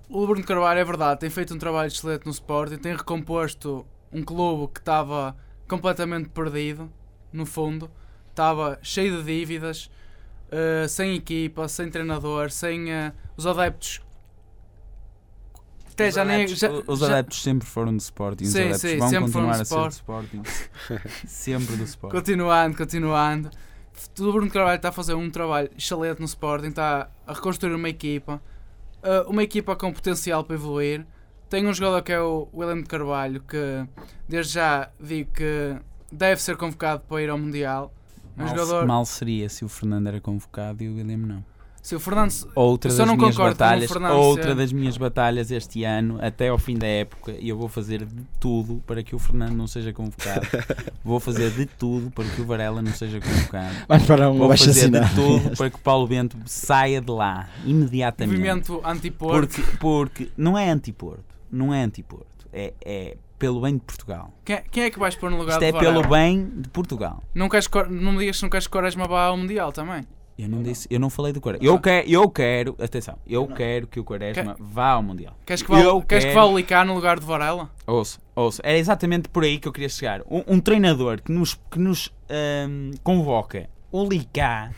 o Bruno de Carvalho é verdade, tem feito um trabalho excelente no Sporting, tem recomposto um clube que estava completamente perdido, no fundo, estava cheio de dívidas, uh, sem equipa, sem treinador, sem uh, os adeptos. Até os já nem. adeptos, já- os já- adeptos sempre foram do Sporting. os Sim, adeptos sim, vão sempre foram continuar do a ser do Sporting. sempre do Sporting. Continuando, continuando. O Bruno Carvalho está a fazer um trabalho excelente no Sporting, está a reconstruir uma equipa, uh, uma equipa com potencial para evoluir. Tem um jogador que é o William de Carvalho, que desde já digo que deve ser convocado para ir ao Mundial. Um Mal, jogador- mal seria se o Fernando era convocado e o William não. Se o Fernando. se- Outra Eu só das não minhas concordo com o batalhas, Fernando é- outra ser- das minhas batalhas este ano, até ao fim da época, e eu vou fazer de tudo para que o Fernando não seja convocado. vou fazer de tudo para que o Varela não seja convocado. Mas para um Vou baixo fazer de assinado. tudo para que o Paulo Bento saia de lá imediatamente. Movimento anti-Porto. Porque, porque não é anti-Porto, não é anti-Porto, é, é pelo bem de Portugal. Quem, quem é que vais pôr no lugar Isto de é Varela? pelo bem de Portugal. Não, queres, que Cor- não me digas que não queres que Quaresma vá ao Mundial também. Eu não disse, eu não falei do Quaresma. Eu quero, eu quero, atenção, eu quero que o Quaresma vá ao Mundial. Queres que vá, Eu queres que quero- vá o Licar no lugar de Varela? Ouça, ouça, era exatamente por aí que eu queria chegar. Um, um treinador que nos, que nos ahm, convoca, o Licá,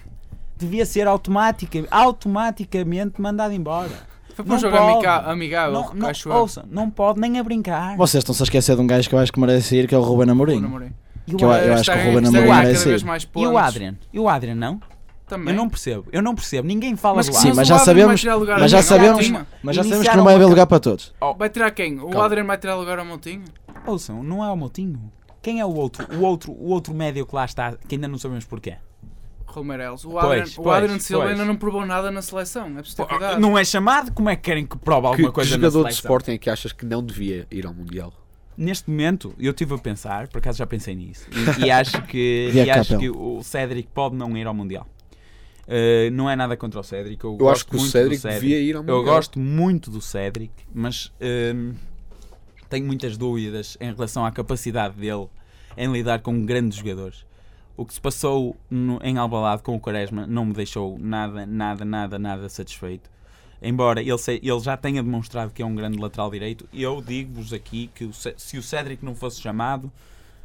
devia ser automatica, automaticamente mandado embora. Foi para Não um jogo pode. amiga- amigável, Não, não, acho eu. ouça, não pode nem a brincar. Vocês estão-se a esquecer de um gajo que eu acho que merece ir, que é o Ruben Bruno Amorim. Amorim. E o Que eu- Adrian? Está- acho que o está- Ruben está Amorim cada vai vez sair. mais E o pontos Adrian? E o Adrian não? Também. Eu não percebo, eu não percebo. Ninguém fala mas, do que- Adrian. Sim, mas já o Adrian sabemos- vai tirar lugar mas já ao sabemos- Moutinho. Mas já sabemos que Iniciaram não vai haver uma lugar para todos. Vai tirar quem? O Calma. Adrian vai tirar lugar ao Montinho? Ouçam, não é o Moutinho? Quem é o outro, o outro, o outro médio que lá está, que ainda não sabemos porqué? Romeireles. O Pois, Adrian, o pois, Adrian Silva pois. ainda não provou nada na seleção. É preciso ter cuidado. Não é chamado? Como é que querem que prove Que, alguma que coisa na jogador de seleção? Sporting é que achas que não devia ir ao Mundial? Neste momento, eu estive a pensar, por acaso já pensei nisso, e, e acho, que, Via e acho Capel. que o Cédric pode não ir ao Mundial. Uh, não é nada contra o Cédric. Eu, Eu gosto acho que o muito do Cédric devia ir ao Eu Mundial. gosto muito do Cédric, mas hum, tenho muitas dúvidas em relação à capacidade dele em lidar com grandes jogadores. O que se passou no- em Albalade com o Quaresma não me deixou nada, nada, nada, nada satisfeito. Embora ele, se- ele já tenha demonstrado que é um grande lateral direito, eu digo-vos aqui que o Cé- se o Cédric não fosse chamado,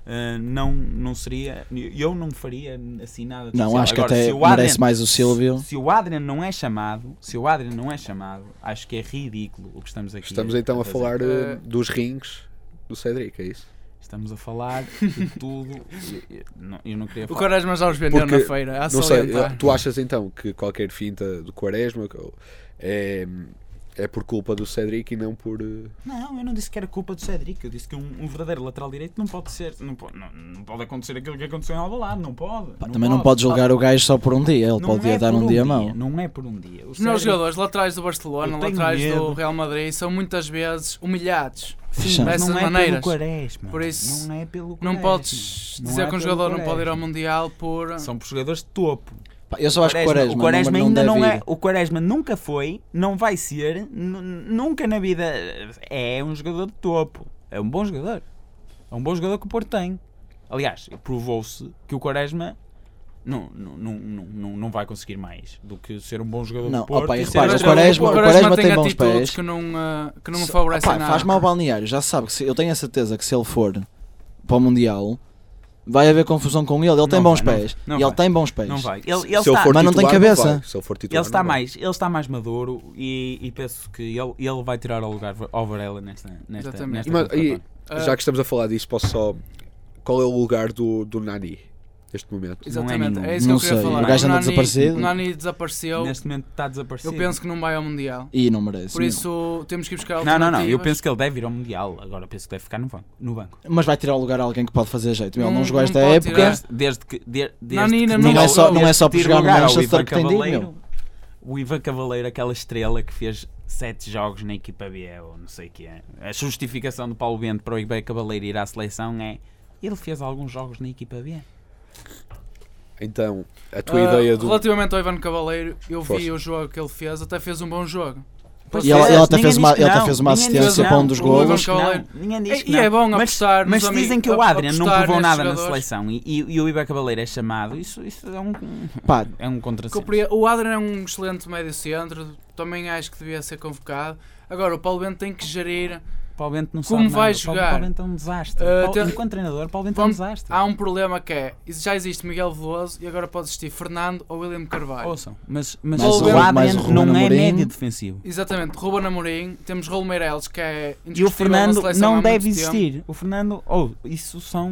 hum, não, não seria. Eu não faria assim nada de Não, especial. acho que Agora, até se o Adrian- merece mais o Silvio. se o Adrian não é chamado, se o Adrian não é chamado, acho que é ridículo o que estamos aqui. Estamos então a fazer. falar eh, Eh, dos rings do Cédric, é isso? Estamos a falar de tudo. Eu- eu não- Eu não queria O falar. Quaresma já os vendeu Porque- na feira. A Não sei, salientar. tu achas então que qualquer finta do Quaresma é, é por culpa do Cédric e não por. eh, Não, eu não disse que era culpa do Cédric. Eu disse que um, um verdadeiro lateral direito não pode ser. Não pode, não, não pode acontecer aquilo que aconteceu em Alvalade. Não pode. Ah. Pá, Também não pode julgar o gajo só por um dia. Ele Não pode é dar por um dia mau. Não é por um dia. O Os melhores Cédric- jogadores laterais do Eu Barcelona, tenho laterais medo. do Real Madrid, são muitas vezes humilhados. Sim, mas dessas não é pelo maneiras. Quaresma. Por isso, não é pelo Quaresma. Não podes Não dizer é que um pelo jogador não pode ir Quaresma. ao Mundial por. São por jogadores de topo. Pá, Eu só acho que o Quaresma, o Quaresma número ainda não não, deve é. ir. O Quaresma nunca foi, não vai ser, nu- nunca na vida é um jogador de topo. É um bom jogador. É um bom jogador que o Porto tem. Aliás, provou-se que o Quaresma não, não, não, não, não- não vai conseguir mais do que ser um bom jogador Não, do Porto. opa, e e eh, ser repara, um o jogador- Quaresma- o Quaresma tem bons atitudes pés. que não, ah, que não Só- favorecem Pá, nada. faz mal ao balneário, já sabe que se- eu tenho a certeza que se ele for para o Mundial vai haver confusão com ele. Ele tem Não bons vai, não pés. não e ele vai. tem bons pés. Não vai. Ele, ele se ele está, for Mas não tem titular, cabeça. vai. se ele for titular, ele, está não vai. mais, ele está mais maduro e, e penso que ele, ele vai tirar o lugar ao Varela nesta, nesta, Exatamente. nesta Mas- convocatória. e- Ah, Já que estamos a falar disso, posso só. Qual é o lugar do, do Nani neste momento? Exatamente, nenhum. é, isso Não que eu queria sei, falar. o gajo anda Nani- desaparecido. O Nani desapareceu. Neste momento está desaparecido. Eu penso que não vai ao Mundial. E não merece. Por não. isso temos que ir buscar Não, não, não. Eu alternativas. penso que ele deve ir ao Mundial. Agora penso que deve ficar no banco. No banco. Mas vai tirar o lugar a alguém que pode fazer jeito. Ele não, Não- jogou não esta pode época. tirar. Desde, desde que. de- desde Não, que não, tirou- não é só- não é só desde que por jogar tirou no lugar ao Manchester Ivan que tem Cavaleiro. dinheiro. O Ivan Cavaleiro, aquela estrela que fez sete jogos na equipa B ou não sei o que é. A justificação do Paulo Bento para o Ivan Cavaleiro ir à seleção é. Ele fez alguns jogos na equipa B. Então, a tua Ah, ideia do. Relativamente ao Ivan Cavaleiro, eu vi Força. o jogo que ele fez, até fez um bom jogo. Pois E ela- fez, ela até ninguém fez uma- diz que ela até não, fez uma ninguém diz que assistência para não, um dos ninguém golos. diz que não, Ninguém diz que E- e é não. bom mas, apostar nos Mas amigos- dizem que o a- Adrian não apostar provou nestes nada na jogadores. seleção e, e- e o Iba Cavaleiro é chamado. Isso, isso é um, Pá, é um contrassenso. Cumpria- O Adrian é um excelente médio centro, também acho que devia ser convocado. Agora, o Paulo Bento tem que gerir. Paulo Bento não Como sabe vai nada. jogar? Paulo, Paulo Bento é um desastre. Eh, Paulo- tem- Enquanto treinador, Paulo Bento Vamos- é um desastre. Há um problema que é, já existe Miguel Veloso e agora pode existir Fernando ou William Carvalho. Ouçam, mas, mas Mais o o- mais Adrian o Ruben não é Amorim. médio defensivo. Exatamente, Ruben Amorim, temos Raul Meireles que é E o indiscutível na Fernando seleção há não muito deve tempo. existir. O Fernando, oh, isso são,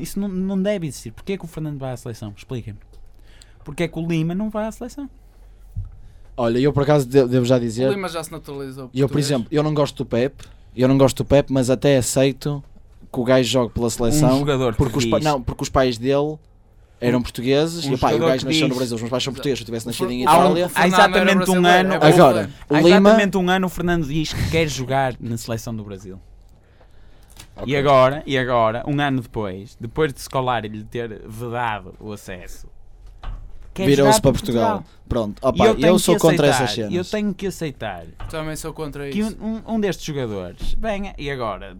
isso não, não deve existir. Porquê é que o Fernando vai à seleção? Expliquem-me. Porquê é que o Lima não vai à seleção? Olha, eu por acaso de- devo já O dizer. Lima já se naturalizou. Eu, por português. exemplo, eu não gosto do Pep. Eu não gosto do Pep, mas até aceito que o gajo jogue pela um seleção. jogador porque, que os pa- diz- não, porque os pais dele eram portugueses. um e pá, e o jogador gajo que nasceu no diz- Brasil. Os meus pais são portugueses. Se eu tivesse nascido em O Fer- o Itália. Há Fernando era exatamente um brasileiro, ano- é brasileiro. Agora, o Há Lima. exatamente um ano o Fernando diz que quer jogar na seleção do Brasil. Ok. E agora, e agora, um ano depois, depois de Scolari lhe ter vedado o acesso, quer Virou-se jogar para Portugal. Pronto, E opa, eu, tenho que sou contra aceitar, essas cenas. Eu tenho que aceitar Também sou contra que isso. um, um destes jogadores venha e agora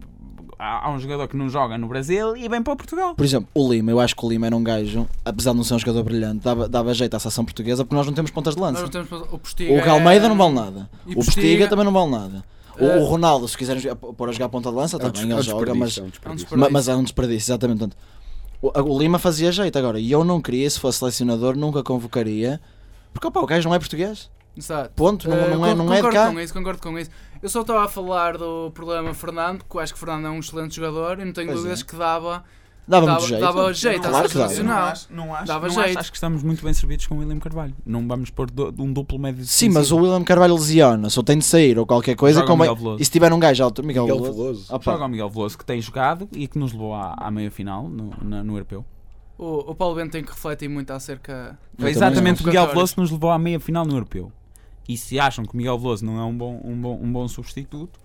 há, há um jogador que não joga no Brasil e vem para Portugal. Por exemplo, o Lima, eu acho que o Lima era um gajo, apesar de não ser um jogador brilhante, dava, dava jeito à seleção portuguesa porque nós não temos pontas de Nós lança. não temos o Postiga. O Galmeida é- não vale nada. e O Postiga Postiga- também não vale nada. O, Eh, o Ronaldo, se quiserem jogar- pôr a jogar ponta de É lança, um des- também é um Tá ele joga, mas, desperdício, é um É um desperdício. ma- desperdício. mas é um desperdício, exatamente. Portanto, o, o Lima fazia jeito agora e eu não queria, se fosse selecionador, nunca convocaria porque opa, o gajo não é português. Exato. Ponto, não, Eh, não é, con- não é de concordo cá. com isso, concordo com isso. Eu só estava a falar do problema Fernando, que eu acho que o Fernando é um excelente jogador e não tenho Pois dúvidas é. que dava Dava Dava- muito jeito. dava jeito, Claro que dava. Eu Não acho, não acho, Dava não jeito. Acho, acho que estamos muito bem servidos com o William Carvalho. Não vamos pôr do- um duplo médio. Sim, mas o William Carvalho lesiona-se ou tem de sair ou qualquer coisa. Joga o Como Miguel Veloso. E se tiver um gajo alto, Miguel, Miguel Veloso. Veloso. Opa, Joga o Miguel Veloso que tem jogado e que nos levou à, à meia final no, na- no europeu. O, o Paulo Bento tem que refletir muito acerca. Eu Foi também exatamente acho. o Miguel Veloso que nos levou à meia final no europeu. E se acham que o Miguel Veloso não é um bom, um bom, um bom substituto,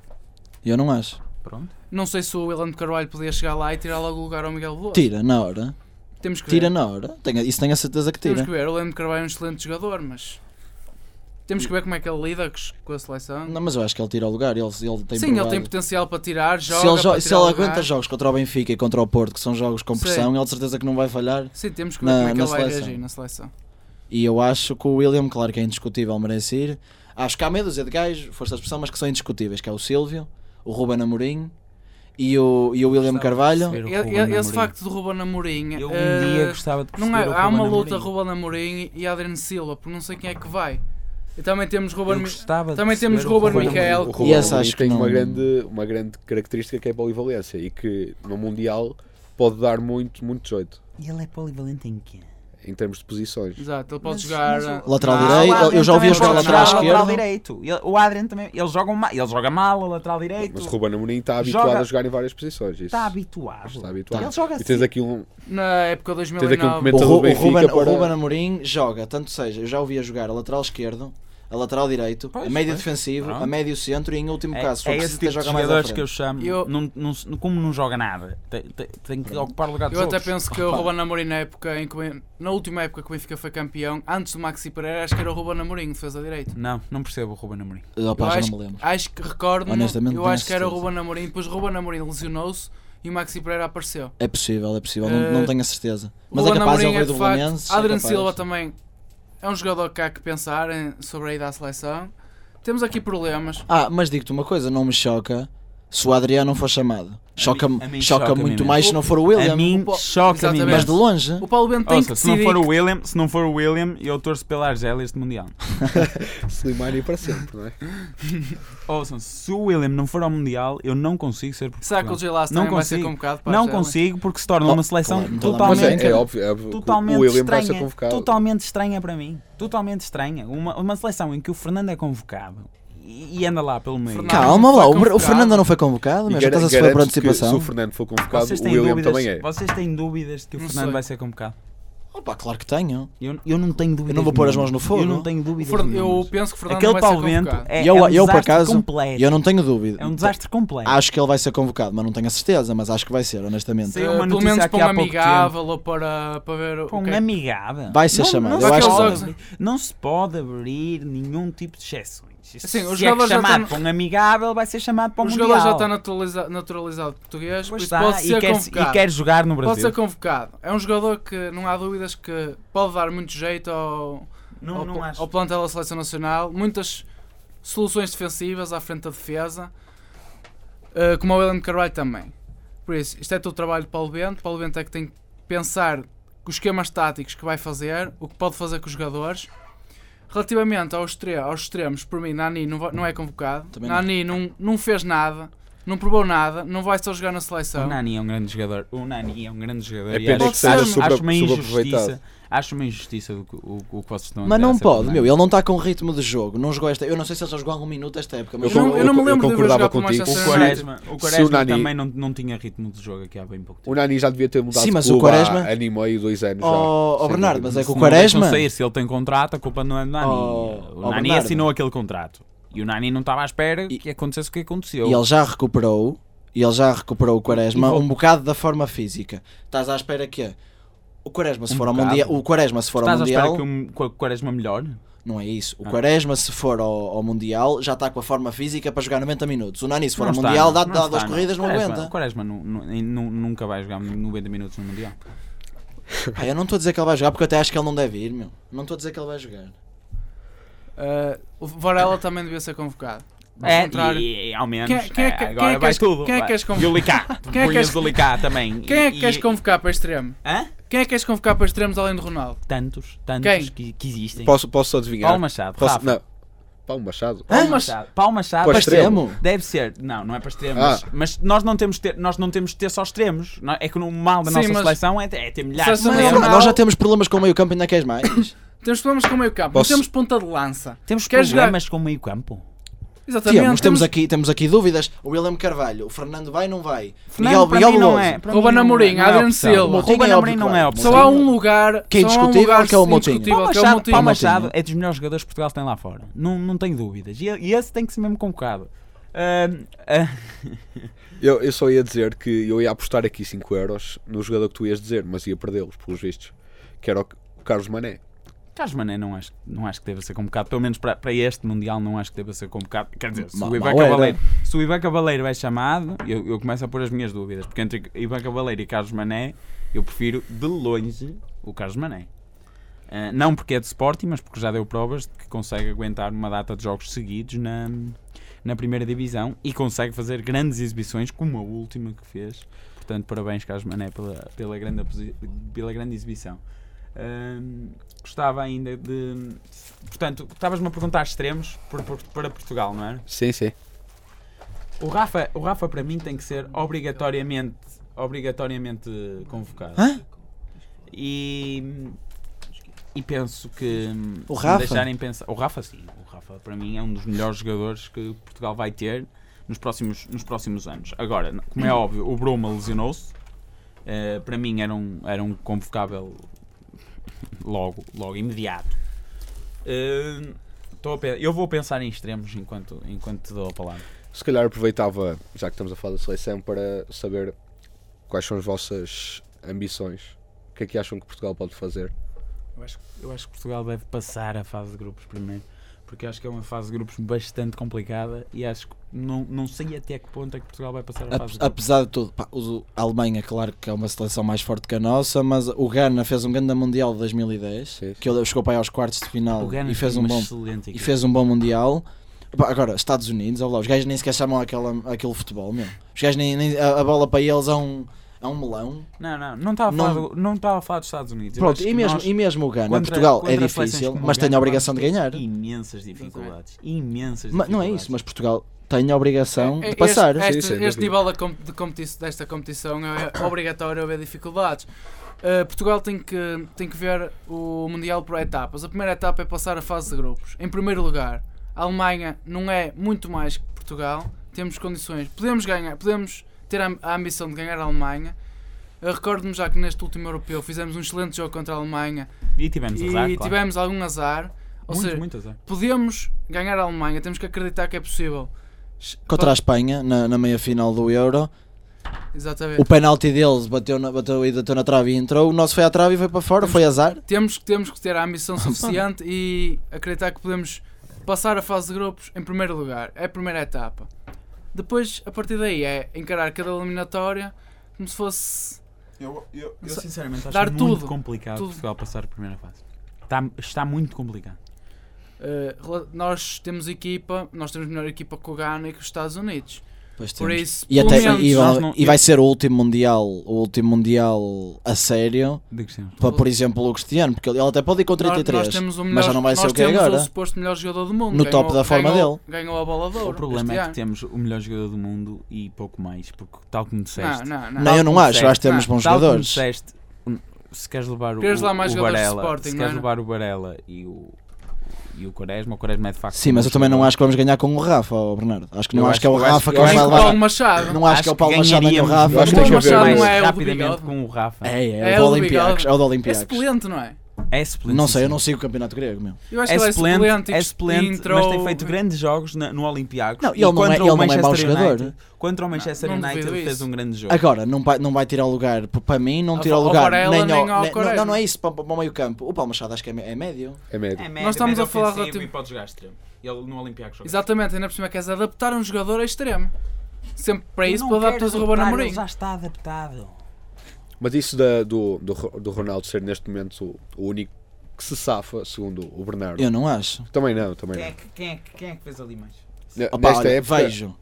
eu não acho. pronto. Não sei se o William de Carvalho podia chegar lá e tirar logo o lugar ao Miguel Veloso. Tira na hora. Temos que Tira ver. na hora. Tenho- isso tenho a certeza que Temos tira. que ver. O William de Carvalho é um excelente jogador, mas. Temos que ver como é que ele lida cos- com a seleção. Não, mas eu acho que ele tira o lugar. Ele, ele tem Sim, ele provado. tem potencial para tirar, joga. se ele, jo- para se tirar ele lugar. aguenta jogos contra o Benfica e contra o Porto, que são jogos com Sim. pressão, ele de certeza que não vai falhar. Sim, temos que ver Na- como é que na ele vai seleção. reagir na seleção. E eu acho que o William, claro que é indiscutível, merece ir. Acho que há meia dúzia de gajos, força de expressão, mas que são indiscutíveis, que é o Silvio, o Ruben Amorim e o, e o Gostava William de Carvalho. perceber. E- o Ruben e- Esse Amorim. facto do Ruben Amorim. Eu um eh, dia gostava de não é, perceber o há uma Ruben luta Amorim. Ruben Amorim e Adriano Silva, porque não sei quem é que vai. E também temos Ruben. Eu gostava de também temos perceber o Ruben Ruben Miquel. Amorim. O Ruben E essa Amorim acho que tem não- uma, grande, uma grande característica que é a polivalência e que no Mundial pode dar muito, muito jeito E ele é polivalente em quê? em termos de posições. Exato, ele pode Mas- jogar. mas o- eh, Lateral na Ah, direito, o Adrian eu já ouvi também a jogar pode lateral jogar esquerdo. direito. Ele- o Adrian também, ele joga, mal, ele joga mal a lateral direito. Mas o Ruben Amorim está habituado Joga- a jogar em várias posições. Isso. Está habituado. Está habituado. Ele joga E tens assim. aqui um. eh, Na época de Tens aqui um 2009. O, comentador Ru- do o Benfica Ruben, o para- Ruben Amorim joga, tanto seja, eu já ouvi a jogar a lateral esquerdo, a lateral direito, Pois, a médio pois. defensivo, a Pronto. médio centro e em último É, caso, se for é preciso, esse até tipo de joga mais à jogadores que eu frente. chamo. Eu- não- não- como não joga nada, tem, tem- tem que ocupar o lugar dos Eu até outros. penso que o Ruben Amorim na época em que o- na última época que o Benfica foi campeão, antes do Maxi Pereira, acho que era o Ruben Amorim, defesa direito. Não, não percebo o Ruben Amorim. Eu, Eu pá, já acho, não me lembro. acho que recordo, Honestamente, eu não acho que era o certeza. Ruben Amorim, depois o Ruben Amorim lesionou-se e o Maxi Pereira apareceu. É possível, é possível, Eh, não, não tenho a certeza. O Mas é Ruben capaz, Amorim ele veio de do facto- Belenenses. é Adrian capaz. Silva também é um jogador que há que pensar em- sobre a ida à seleção. Temos aqui problemas. Ah, mas digo-te uma coisa, não me choca se o Adriano não for chamado. Choca, mim- a mim choca, choca-me muito imenso. mais se não for o a William. mim o- choca-me exatamente. Mas de imenso. longe, O Paulo Bento tem Ouça, que se não decidir. for o William, se não for o William, eu torço pela Argélia este mundial. Slimani para sempre, não é? Ouçam, se o William não for ao mundial, eu não consigo ser por Será que o Portugal. Jay Lass Não também vai ser consigo. convocado para a Não Argélia? consigo porque se torna Oh, uma seleção claro, não dá nada. Mas totalmente é, é óbvio, é óbvio que totalmente o William vai ser estranha, convocado. totalmente estranha para mim, totalmente estranha. Uma, uma seleção em que o Fernando é convocado e, e anda lá pelo meio. Fernando- calma não lá, foi o, Br- o convocado. Fernando não foi convocado, E mas já gar- estás a sofrer por garanto que Se antecipação. o Fernando for convocado, Vocês o têm, William dúvidas, também é. vocês têm dúvidas de que o Não Fernando sei. vai ser convocado? Opa, claro que tenho. Eu, eu não tenho dúvidas. Eu não vou pôr as nenhumas. mãos no fogo. Eu não tenho O dúvidas. Fer- nenhumas. Eu penso que o Fernando Aquele não vai ser Paulo Bento convocado. é, Eu- é um eu, por desastre acaso, completo. Eu não tenho dúvida. É um desastre completo. Acho que ele vai ser convocado, mas não tenho a certeza, mas acho que vai ser, honestamente. Sim. Tem uma Eh, pelo notícia menos aqui para um há pouco amigável ou para, para ver o Pô, que um é amigável. Vai ser chamado. Não, Eu se acho pode que- abrir, não se pode abrir nenhum tipo de exceções. Isso- Sim, o se é que jogador já chamado tá para um amigável, vai ser chamado para um o mundial. jogador já tá está naturaliza- naturalizado português, por Pois isso está, pode e, ser quer, convocado. e quer jogar no Pode Brasil. ser convocado. É um jogador que não há dúvidas que pode dar muito jeito ao, Não, ao, não pl- acho. ao plantel da seleção nacional. Muitas soluções defensivas à frente da defesa, eh, como o William Carvalho também. Por isso, isto é todo o trabalho de Paulo Bento. Paulo Bento é que tem que pensar os esquemas táticos que vai fazer, o que pode fazer com os jogadores. Relativamente aos, tre- aos extremos, por mim, Nani não, va- não é convocado. Também não. Nani não, não fez nada, não provou nada, não vai só jogar na O seleção. Nani é um grande jogador. O Nani é um grande jogador. É e pena acho- que seja Pode ser, sobre- acho uma subaproveitado. injustiça. Acho uma injustiça o, que- o, o que vocês estão a Mas dizer não acerca do pode, Nani. meu, ele não está com ritmo de jogo. Não jogou esta. Eu não sei se ele já jogou algum minuto esta época, mas Eu não- eu não me lembro de ver concordava jogar com o contigo. O Manchester Se- United. Quaresma, o Se Quaresma o Nani- também não, não tinha ritmo de jogo aqui há bem pouco tempo. O Nani já devia ter mudado Sim, mas de o clube Quaresma- há ano e meio, dois anos já. Oh, oh Sem Bernardo, dúvida. mas é que o Se não o deixam Quaresma. sair, assim, se ele tem contrato, a culpa não é do Nani. Oh, o oh, Nani Bernardo. assinou aquele contrato. E o Nani não estava à espera que acontecesse o que aconteceu. E ele já recuperou, e ele já recuperou o Quaresma E vou- um bocado da forma física. Estás à espera que o Quaresma se Um for ao bocado? mundial, o Quaresma se for ao Estás à espera mundial, que um- que o Quaresma melhore? não é isso. O Ah. Quaresma se for ao, ao mundial já está com a forma física para jogar 90 minutos. O Nani se for Não ao está, mundial não. dá, Não dá está, duas corridas, não Quaresma- aguenta. O Quaresma nu- nu- nu- nunca vai jogar 90 minutos no Mundial. Pá, eu não estou a dizer que ele vai jogar porque eu até acho que ele não deve ir, meu. Não estou a dizer que ele vai jogar. Eh, o Varela também devia ser convocado. Ao É, contrário. e, e ao menos. Quem- quem é é, que- agora quem é que vai és- tudo. quem é que vai. és conv- E o Licá. Quem é que Punhas és- o Licá também. Quem é que E- queres e- convocar para extremo? Hã? Quem é que queres convocar para extremos além de Ronaldo? Tantos, tantos Quem? é- que, que existem. Posso, posso adivinhar? Paulo Machado, Posso- Rafa. não. Paulo Machado. Paulo Machado. Paulo Machado Para Para extremo. extremo? Deve ser, não, não é para extremos, Ah. mas nós não temos de ter, nós não temos de ter só extremos. Nó- É que o mal da Sim, nossa mas- seleção é, é ter milhares de Seleção extremos. Não. Nós já temos problemas com o meio campo, ainda queres mais? Temos problemas com o meio campo, Posso- não temos ponta de lança. Temos Queres jogar- problemas com o meio campo. Exatamente. temos, temos, aqui, temos aqui dúvidas. O William Carvalho, o Fernando vai ou não vai? Fernando, para mim não Veloso. é. para Ruben mim não- Amorim, não é Adriano opção. Silva. Ruben Moutinho é Amorim óbvio, não é claro. opção. Só há um lugar Que é só há um indiscutível, lugar que é o Moutinho. indiscutível, Paulo que é o Machado, Moutinho. Paulo Machado Moutinho. é dos melhores jogadores que Portugal tem lá fora. Não, não tenho dúvidas. E, e esse tem que ser mesmo convocado. Ahm, ah, Eu, eu só ia dizer que eu ia apostar aqui 5 euros no jogador que tu ias dizer, mas ia perdê-los, pelos vistos. Que era o Carlos Mané. Carlos Mané não acho, não acho que deva ser convocado. Pelo menos para, para este Mundial não acho que deva ser convocado. Quer dizer, se Mal- o Ivan mal era. Cavaleiro, se o Ivan Cavaleiro é chamado, eu, eu começo a pôr as minhas dúvidas. Porque entre Ivan Cavaleiro e Carlos Mané, eu prefiro de longe o Carlos Mané. Ah, não porque é de Sporting, mas porque já deu provas de que consegue aguentar uma data de jogos seguidos na, na primeira divisão e consegue fazer grandes exibições, como a última que fez. Portanto, parabéns, Carlos Mané, pela, pela, grande, aposi- pela grande exibição. Ah, Ahm, gostava ainda de. Portanto, estavas-me a perguntar extremos por- por- para Portugal, não é? Sim, sim. O Rafa, o Rafa para mim tem que ser obrigatoriamente, obrigatoriamente convocado. Hã? E e penso que hum, O se me Rafa? deixarem pensar, o Rafa sim, o Rafa para mim é um dos melhores jogadores que Portugal vai ter nos próximos nos próximos anos. Agora, como é óbvio, o Bruma lesionou-se. Eh, para mim era um, era um convocável logo, logo imediato. Eh, tô a pe- eu vou pensar em extremos enquanto enquanto te dou a palavra. Se calhar aproveitava, já que estamos a falar da seleção, para saber quais são as vossas ambições. O que é que acham que Portugal pode fazer? Eu acho, eu acho que Portugal deve passar a fase de grupos primeiro, porque acho que é uma fase de grupos bastante complicada e acho que não, não sei até que ponto é que Portugal vai passar a fase de Ape- grupos. Apesar de tudo, pá, o- a Alemanha, claro que é uma seleção mais forte que a nossa, mas o Ghana fez um grande Mundial de 2010, Sim, sim. que ele chegou para aí aos quartos de final e fez um uma bom excelente e equipa. fez um bom Mundial. Pá, Agora, Estados Unidos, olha lá, os gajos nem sequer chamam aquela, aquele futebol, meu. Os gajos nem, nem- a, a bola para eles é um, é um melão. Não, não, não estava a falar, Não- do- não estava a falar dos Estados Unidos. Eu Pronto, acho que e mesmo, nós e mesmo o Ghana, contra- Portugal é contra seleções difícil, como o mas tem Ghana, a obrigação de ganhar. imensas dificuldades, imensas Mas dificuldades. não é isso, mas Portugal tem a obrigação É- de passar. Este, este, Sim, sem este dúvida. nível da com- de competi- desta competição é obrigatório haver dificuldades. Uh, Portugal tem que, tem que ver o Mundial por etapas. A primeira etapa é passar a fase de grupos. Em primeiro lugar, a Alemanha não é muito mais que Portugal. Temos condições, podemos ganhar, podemos ter a, a ambição de ganhar a Alemanha. Uh, Recordo-me já que neste último europeu fizemos um excelente jogo contra a Alemanha E tivemos e azar, claro. tivemos algum azar. Ou muito, seja, muito azar. podemos ganhar a Alemanha, temos que acreditar que é possível. Contra a Espanha, na, na meia final do Euro, Exatamente. o penalti deles bateu, na, bateu, e bateu na trave e entrou. O nosso foi à trave e foi para fora, foi azar. temos, temos que ter a ambição suficiente e acreditar que podemos passar a fase de grupos em primeiro lugar. É a primeira etapa. Depois, a partir daí, é encarar cada eliminatória como se fosse. Eu, Sa- sinceramente acho dar muito tudo, complicado tudo. Portugal passar a primeira fase. Está, Tá, está muito complicado. eh, rela- nós temos equipa, nós temos melhor equipa com o Ghana e com os Estados Unidos. Pois Por temos. isso, E, pelo até, menos, e, vai, nós não- e vai ser o último mundial, o último mundial a sério, De Cristiano. para, por exemplo, o Cristiano, porque ele ele até pode ir com nós- nós 33, temos o mas já não vai nós ser o que é temos agora. o suposto melhor jogador do mundo. No top da forma ganhou, dele. Ganhou a bola de ouro O problema este é que ano. temos o melhor jogador do mundo e pouco mais, porque tal como disseste, Não, não, não. Não, eu não como acho, eu acho disseste, que temos bons tal como jogadores. disseste, hum, se queres levar o, Queres lá o mais jogadores de Varela, Sporting, se não é? queres levar o Varela e o e o Quaresma, o Quaresma é de facto Sim, mas eu também não acho que vamos ganhar com o Rafa, ó, Bernardo. Acho que não Eu acho, acho- que é o eu acho- Rafa que eu vai Nem com o levar. Paulo um Machado. Não acho que é o Paulo Machado nem o ganharíamos Rafa. acho que tem que muito haver mais mais- é o do rapidamente bigode. com o Rafa. É, é, É o o do do Olympiacos. É o do É Olympiacos. suplente, não é? É excelente. Não sei, eu sim, não sigo o campeonato grego, meu. Eu acho É que ele é suplente, suplente. e é que suplente, entrou- mas tem feito grandes jogos na- no Olympiacos. Não, ele E não é- contra ele o não é mau Manchester jogador. United- Contra o Manchester não United duvido fez isso. um grande jogo. Agora, não vai, não vai tirar lugar, p- para mim, não Ao- tira ao lugar Varela, nem ao. nem ao nem- não, Quaresma. não, é isso, para, para o meio campo. O Paulo Machado acho que é, me- é médio. É médio. É médio, Nós estamos médio a falar ofensivo relativo- e pode jogar extremo. Ele no Olympiacos joga Exatamente, ainda por cima queres adaptar um jogador a extremo. Sempre para Eu isso, não para quero adaptar o Ruben adaptar, Amorim. ele Já está adaptado. Mas isso da- do, do, Ro- do Ronaldo ser neste momento o, o único que se safa, segundo o Bernardo. Eu não acho. Também não, também Quem é, não. que, quem, é que, quem é que fez ali mais? Ne- Opa, Nesta olha, época, vejo.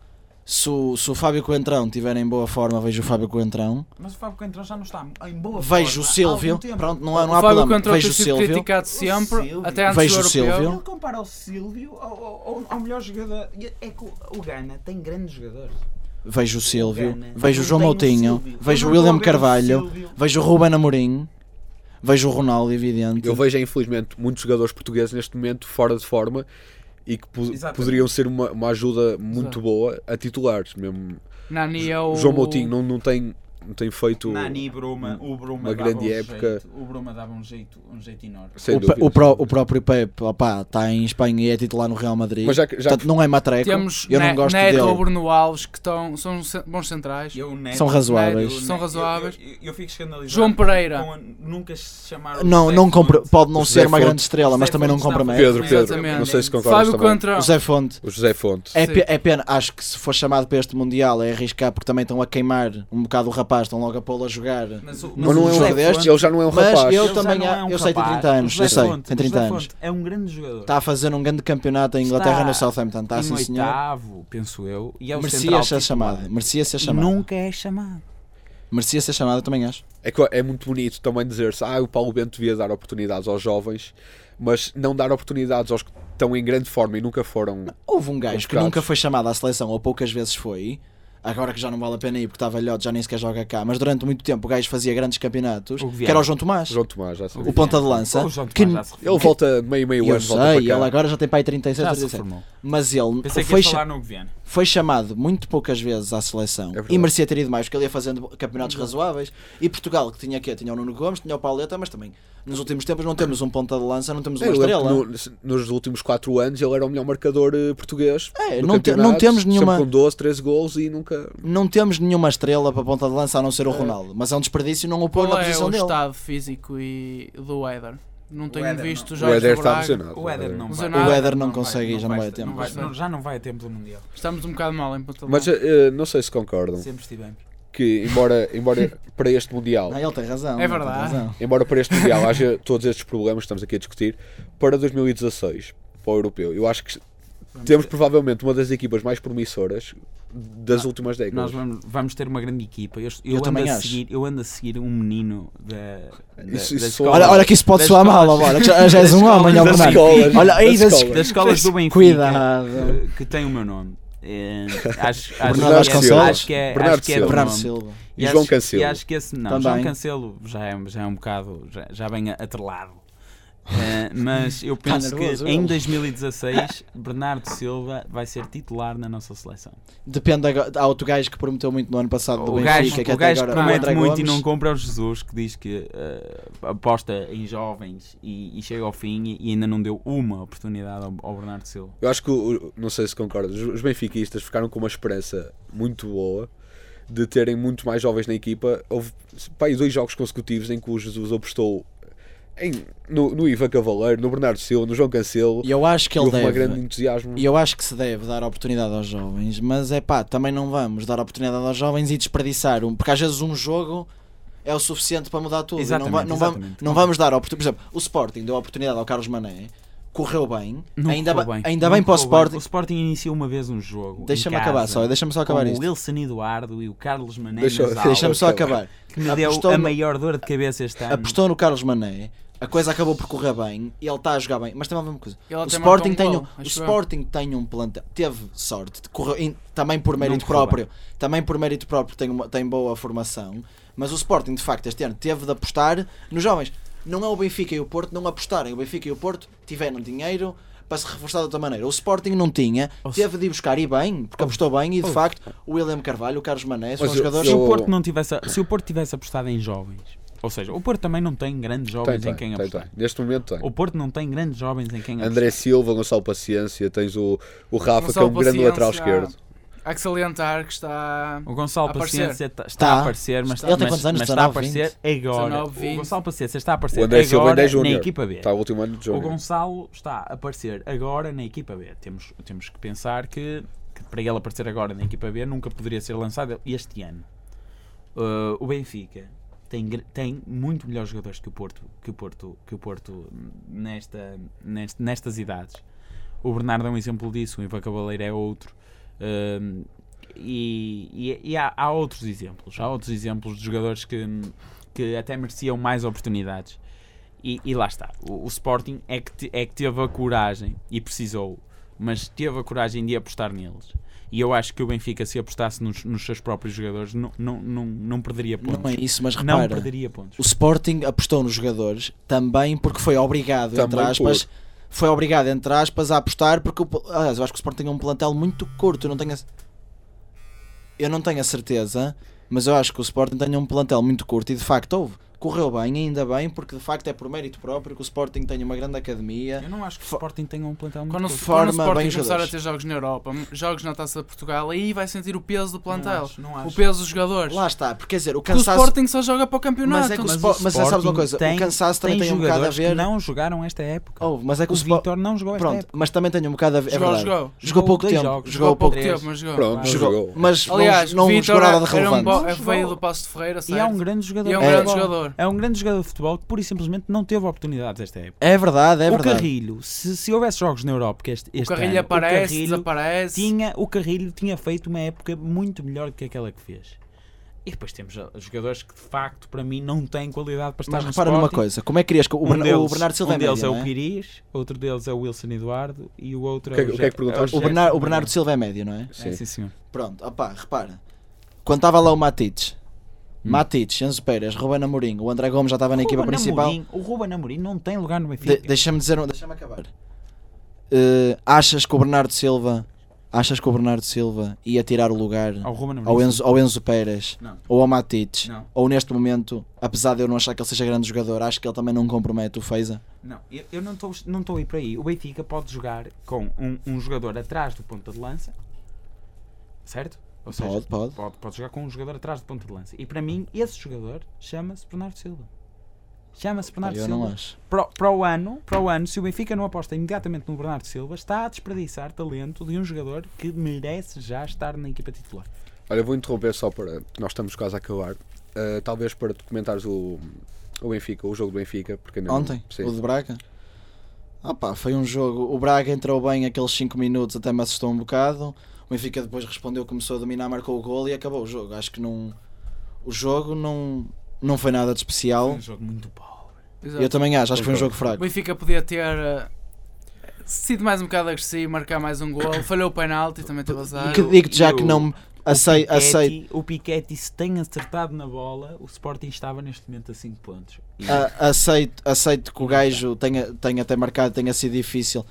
Se o, se o Fábio Coentrão estiver em boa forma, vejo o Fábio Coentrão. Mas o Fábio Coentrão já não está em boa Vejo o forma há Silvio. algum tempo. Pronto, não há, não o há Fábio problema. Control tem Vejo o sido Silvio. criticado sempre, O Silvio. até antes Vejo do o europeu. Silvio. Ele compara o Silvio ao, ao- ao melhor jogador. E É que o, o Gana tem grandes jogadores. Vejo o Silvio. Gana. Vejo o Não João tem Moutinho. Silvio. Vejo Eu o não William estou a ver Carvalho. Silvio. Vejo o Ruben Amorim. Vejo o Ronaldo, evidente. Eu vejo, infelizmente, muitos jogadores portugueses neste momento fora de forma e que po- Exatamente. poderiam ser uma, uma ajuda muito Exato. boa a titulares. Mesmo. Nani é o. João Moutinho não, não, tem, não tem feito. Nani, Bruma, o Bruma uma dava grande um época. jeito, o Bruma dava um jeito, um jeito enorme. sem o, Pe- dúvidas. o pró- o próprio Pepe opa, está em Espanha e é titular no Real Madrid. Mas já, que- já Portanto, não é matreco. Temos eu não Ne- gosto Neto dele. ou Bruno Alves que estão, são ce- bons centrais. E eu, Neto, São razoáveis. Neto, São razoáveis. Eu, eu- eu fico escandalizado. João Pereira. com a- nunca se chamaram. Não, não compre- pode não O ser Zé uma Fonte- grande estrela, mas também não compromete. Pedro, Pedro, Exatamente. não sei se concordas Fábio também. Contrão. O Zé Fonte. O José Fonte. É, Sim. pe- é pena, acho que se for chamado para este Mundial é arriscar porque também estão a queimar um bocado o rapaz, estão logo a pô-lo a jogar. Mas, o, Mas não é um José rapaz, Fonte- ele já não é um Mas rapaz. eu já também não há- eu sei, tem 30 anos, O um José eu sei, Fonte, tem 30 o José anos. Fonte É um grande jogador. Está a fazer um grande campeonato em Inglaterra no Southampton, está em sim senhor. oitavo, penso eu. E é o Merecia central ser titular. chamado, merecia ser E chamado. Nunca é chamado. Merecia ser chamado, eu também acho. É, co- é muito bonito também dizer-se, ah, o Paulo Bento devia dar oportunidades aos jovens, mas não dar oportunidades aos que estão em grande forma e nunca foram. Houve um gajo que Convocados. nunca foi chamado à seleção, ou poucas vezes foi, agora que já não vale a pena ir porque está velhote, já nem sequer joga cá, mas durante muito tempo o gajo fazia grandes campeonatos, O que era o João Tomás, João Tomás, já sei. o ponta de lança. O João que Tomás já se Ele volta meio, meio eu ano, volta sei, ele para cá. agora já tem pai 36, já se 37. formou. Mas ele Pensei que foi, ia cha- falar no Guiana. foi chamado muito poucas vezes à seleção verdade. e merecia ter ido mais, porque ele ia fazendo campeonatos razoáveis. E Portugal, que tinha quê? Tinha o Nuno Gomes, tinha o Pauleta, mas também nos últimos tempos não temos um ponta de lança, não temos É, uma eu lembro estrela. que no- se- nos últimos 4 anos ele era o melhor marcador eh, português. É, do não te- campeonato, não temos sempre nenhuma- com 12, 13 gols e nunca. Não temos nenhuma estrela para ponta de lança a não ser o Ronaldo, mas é um desperdício não o pôr na Qual é posição o dele. estado físico e do Éder? Não tenho Éder visto não. os O jogos do Éder está Braga. lesionado. é é? O Éder não Mas vai. eu não- O Éder não consegue, já não vai a tempo. não vai- não- já não vai a tempo do Mundial. Estamos um bocado mal em Ponta Mas eh, não sei se concordam Sempre estivemos. que, embora, embora para este Mundial. Ah, ele tem razão. É ele tem verdade. razão. embora para este Mundial haja todos estes problemas que estamos aqui a discutir, para 2016, para o Europeu, eu acho que temos provavelmente uma das equipas mais promissoras das últimas décadas. Nós vamos, vamos ter uma grande equipa. Eu, eu Eu ando também a acho. seguir, eu ando a seguir um menino da. da Isso- isso da escola- Olha, olha que isso pode Das soar mal escolas. agora, que já, já és um Das homem, ó escolas. Bernardo. Olha, é das aí das- escolas. das escolas do Benfica. Cuidado. Que, que tem o meu nome. Eh, acho, acho, Bernardo que é, Vasconcelos. acho que é. Bernardo acho que é Silva. do Bernardo nome. Silva. E João acho- Cancelo. E acho que é esse não. Também. João Cancelo já é, já é um bocado. Já, já vem atrelado. Eh, mas eu penso Tá nervoso, que em ele. 2016 Bernardo Silva vai ser titular na nossa seleção. Depende agora. Há outro gajo que prometeu muito no ano passado do o Benfica, gajo, que o até gajo agora o promete André muito Gomes. e não compra é o Jesus que diz que eh, aposta em jovens e, e chega ao fim e, e ainda não deu uma oportunidade ao, ao Bernardo Silva. Eu acho que, o- o- não sei se concordas, os- os benfiquistas ficaram com uma esperança muito boa de terem muito mais jovens na equipa. Houve pá, aí dois jogos consecutivos em que o Jesus apostou em- no, no Ivan Cavaleiro, no Bernardo Silva, no João Cancelo. E eu acho E que ele houve um deve. é? grande entusiasmo. E eu acho que se deve dar oportunidade aos jovens, mas é pá, também não vamos dar oportunidade aos jovens e desperdiçar um, porque às vezes um jogo é o suficiente para mudar tudo. E não, va- Exatamente, não, vamos, exatamente. não vamos dar oportunidade. Por exemplo, o Sporting deu a oportunidade ao Carlos Mané, correu bem, Não ainda, correu ba- ainda bem Não para o correu Sporting. O Sporting iniciou uma vez um jogo. em Deixa-me casa, acabar só, deixa-me só com acabar O isto. Wilson Eduardo e o Carlos Mané Deixa- nas aulas, Deixa-me só acabar. acabar. que me deu Apostou a no- maior dor de cabeça este ano. Apostou no Carlos Mané, a coisa acabou por correr bem e ele está a jogar bem, mas também a mesma coisa. Ele O até Sporting, marcou tem um um, gol, o acho Sporting tem um plantel, teve sorte, correu em- também por mérito correu próprio, também por mérito próprio tem, uma- tem boa formação, mas o Sporting de facto este ano teve de apostar nos jovens. Não é o Benfica e o Porto não apostarem, o Benfica e o Porto tiveram dinheiro para se reforçar de outra maneira. O Sporting não tinha, teve de ir buscar e bem, porque apostou bem e de facto o William Carvalho, o Carlos Mané, são Mas eu- jogadores Se eu- o Porto não tivesse, se o Porto tivesse apostado em jovens, ou seja, o Porto também não tem grandes Tem, jovens tem, em quem tem, apostar. tem. Neste momento tem. O Porto não tem grandes jovens em quem apostar. André Silva, Gonçalo Paciência, tens o, o Rafa, Gonçalo que é um grande Paciência, lateral esquerdo. Há que salientar que está. O Gonçalo A aparecer. Paciência tá- está, Tá. a aparecer, mas, Ele tem mas- quantos anos? mas está a 19, aparecer agora. 19, 20. O Gonçalo Paciência está a aparecer O André Silva ainda agora é na júnior. equipa B. Está o último ano de O jogo. Gonçalo está a aparecer agora na equipa B. Temos, temos que pensar que, que para ele aparecer agora na equipa B nunca poderia ser lançado este ano. Uh, o Benfica tem, gr- tem muito melhores jogadores que o Porto, que o Porto, que o Porto hum, nesta, nest- nestas idades. O Bernardo é um exemplo disso, o Ivan Cavaleiro é outro. Hum, E, e- e há, há outros exemplos, há outros exemplos de jogadores que, que até mereciam mais oportunidades. E, e lá está, o, o Sporting é que, te- é que teve a coragem e precisou, mas teve a coragem de apostar neles. E eu acho que o Benfica, se apostasse nos, nos seus próprios jogadores, não, não, não, não perderia pontos. Não é isso, mas Não repara. perderia pontos. O Sporting apostou nos jogadores também porque foi obrigado, entre Também aspas, foi obrigado, entre aspas, a apostar porque o, aliás, eu acho que o Sporting é um plantel muito curto, eu não tenho a, eu não tenho a certeza, mas eu acho que o Sporting tem um plantel muito curto e de facto houve. Correu bem, ainda bem, porque de facto é por mérito próprio que o Sporting tem uma grande academia. Eu não acho que o Sporting tenha um plantel muito Quando, o- curto. quando o Tipo, Forma Sporting bem começar a jogadores. ter jogos na Europa, jogos na Taça de Portugal, aí vai sentir o peso do Não plantel, acho, não o acho. peso dos jogadores. Lá está, porque quer dizer, o Que o cansaço. Sporting só joga para o campeonato. Mas é que o Mas Spo- mas é, sabes uma Sporting coisa, o tem- cansaço também tem um bocado jogadores a ver- que não jogaram esta época. Houve, mas é que o o, Spo- Vitor não jogou esta Pronto, época. mas também tenho um bocado a ver. é jogou, verdade. jogou. Jogou pouco dois tempo, jogos, jogou pouco pouco tempo, mas jogou. Pronto, Mas- jogou. Mas Aliás, não, não Vitor jogou nada de era um relevante. bo- Não jogou. veio do Passo de Ferreira, E é um certo? grande jogador. E é um de grande futebol. jogador. É um grande jogador de futebol que pura e simplesmente não teve oportunidades esta época. É verdade, é o verdade. Carrilho, se, se houvesse jogos na Europa que este, O este Carrilho ano, aparece, o Carrilho desaparece. tinha, o Carrilho tinha feito uma época muito melhor do que aquela que fez. E depois temos ah, jogadores que de facto para mim não têm qualidade para estar Mas no repara Sporting. numa coisa, como é que querias que o, Um Bern- o deles- Bernardo Silva um é média, deles é não o é? Piris, outro deles é o Wilson Eduardo e o outro O que é é que- o, o que é que Jack- perguntaste? é O, Jack- Bernar- o Bernardo Silva é médio, não é? É, sim, senhor. Pronto, opá, repara. Quando estava lá o Matites, Matites, Enzo Pérez, Ruben Amorim, o André Gomes já estava na equipa Ruben principal. Amorim- o Ruben Amorim não tem lugar no Benfica. De- Deixa-me dizer, um- deixa-me acabar. Eh, achas que o Bernardo Silva, achas que o Bernardo Silva ia tirar o lugar Ao Ruben Amorim. ao Enzo, ao Enzo Pérez Não. ou ao Matites? Não. Ou neste momento, apesar de eu não achar que ele seja grande jogador, acho que ele também não compromete o Feiza. Não, eu, eu não estou não estou a ir para aí. O Benfica pode jogar com um, um jogador atrás do ponta de lança, certo? Ou seja, Pode, pode. pode, pode jogar com um jogador atrás do ponta de lança. E para mim, esse jogador chama-se Bernardo Silva. Chama-se Pá, Bernardo Eu Silva. não acho. Para, o- para o ano, para o ano, se o Benfica não aposta imediatamente no Bernardo Silva, está a desperdiçar talento de um jogador que merece já estar na equipa titular. Olha, vou interromper só para. Nós estamos quase a acabar. Ah, talvez para tu comentares o, o Benfica, o jogo do Benfica, porque não. Ontem, Sim. o de Braga. Ah pá, foi um jogo. O Braga entrou bem aqueles 5 minutos, até me assustou um bocado. O Benfica depois respondeu, começou a dominar, marcou o gol e acabou o jogo. Acho que não. O jogo não, não foi nada de especial. Um jogo muito pobre. Exato. Eu também acho, acho que foi um jogo O fraco. Benfica podia ter eh, sido mais um bocado agressivo, marcar mais um gol, falhou o penalti, também teve azar. Que digo-te já que o- não. Aceito. aceito O Piquetti, se tem acertado na bola, o Sporting estava neste momento a 5 pontos. E- a- aceito, aceito que o gajo tenha, tenha até marcado, tenha sido difícil.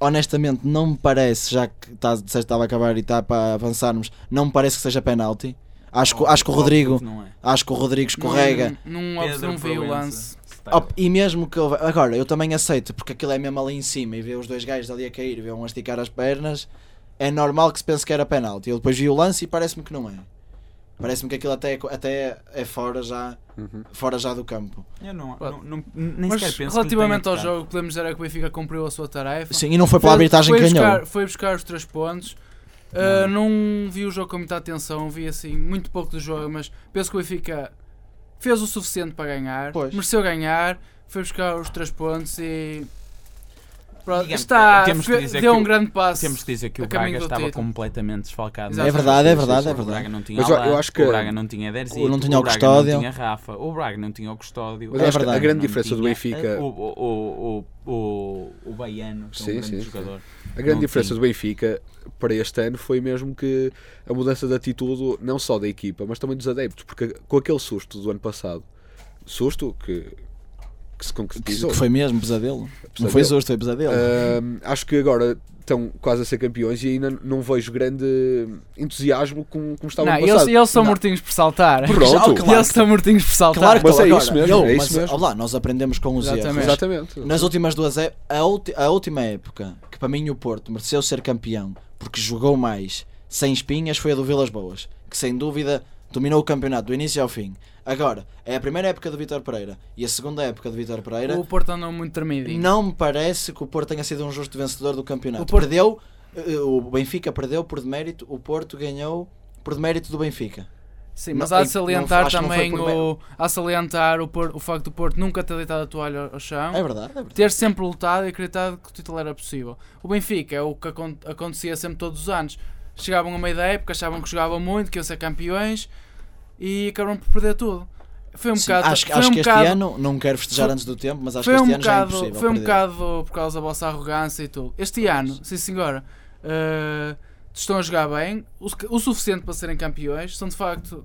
Honestamente, não me parece, já que tá, disseste que estava a acabar e está para avançarmos, não me parece que seja penalti. Acho, que- acho que o Rodrigo, Não é. Acho que o Rodrigo escorrega. Não, não, não, não vi o lance. Oh, e mesmo que houve- Agora, eu também aceito, porque aquilo é mesmo ali em cima e vê os dois gajos ali a cair, vê um a esticar as pernas. É normal que se pense que era penalti. Eu depois vi o lance e parece-me que não é. Parece-me que aquilo até é, co- até é fora, já, Uhum. fora já do campo. Eu não, Pá. não- não- nem Mas sequer penso que lhe relativamente tenha ao tocado. jogo, podemos dizer é que o Benfica cumpriu a sua tarefa. Sim, e não foi pela arbitragem que ganhou. Buscar, foi buscar os três pontos. Uh, não vi o jogo com muita atenção, vi assim muito pouco do jogo, mas penso que o Benfica fez o suficiente para ganhar, Pois. mereceu ganhar, foi buscar os três pontos e pronto, Digamos, está, temos que fe- dizer deu que um o- grande passo. Temos que dizer que a o caminho Braga do estava título. completamente desfalcado. É Exato. verdade, é Sim, sim, verdade, sim. é O Braga verdade. não tinha Mas eu- Alá, eu acho que- o Braga não tinha Derzito, Ou não tinha o o Braga Custódio. não tinha Rafa, o Braga não tinha o Custódio. Mas É acho que a verdade. grande Não diferença do tinha- Benfica. O, o, o, o, o Baiano, que é um Sim, grande sim, sim. jogador. A grande Não diferença tem. do Benfica para este ano foi mesmo que a mudança de atitude, não só da equipa, mas também dos adeptos, porque com aquele susto do ano passado, susto que, que se Que, concretizou, que foi mesmo pesadelo. Não pesadelo. Eh, foi susto, foi pesadelo. Ahm, acho que agora estão quase a ser campeões e ainda não vejo grande entusiasmo como, como estava Não, no passado. eles, eles são mortinhos por saltar. Pronto, Claro eles são mortinhos por saltar. Claro que Mas ele é agora- isso mesmo, eu, é mas, isso mesmo. olá, nós aprendemos com os Exatamente. erros. exatamente. Nas últimas duas é a, ulti- a última época que para mim o Porto mereceu ser campeão porque jogou mais sem espinhas foi a do Vilas Boas, que sem dúvida dominou o campeonato do início ao fim. Agora, é a primeira época do Vitor Pereira e a segunda época do Vitor Pereira. O Porto andou muito tremidinho. Não me parece que o Porto tenha sido um justo vencedor do campeonato. O Porto- Perdeu, eh, o Benfica perdeu por demérito, o Porto ganhou por demérito do Benfica. Sim, mas Não, há em- de não- salientar acho que não foi também por o, há de salientar o, Porto- o facto do Porto nunca ter deitado a toalha ao- ao chão. É verdade, é verdade. ter sempre lutado e acreditado que o título era possível. O Benfica é o que acon- acontecia sempre todos os anos. chegavam a meio da época, achavam que jogavam muito, que iam ser campeões e acabaram por perder tudo. Foi um Sim, bocado. acho, foi acho um que este bocado, ano, não quero festejar antes do tempo, mas acho foi que um este ano já é bocado, impossível. foi um perder. bocado por causa da vossa arrogância e tudo. Este ano, sim senhora, eh, estão a jogar bem, o, su- o suficiente para serem campeões, são de facto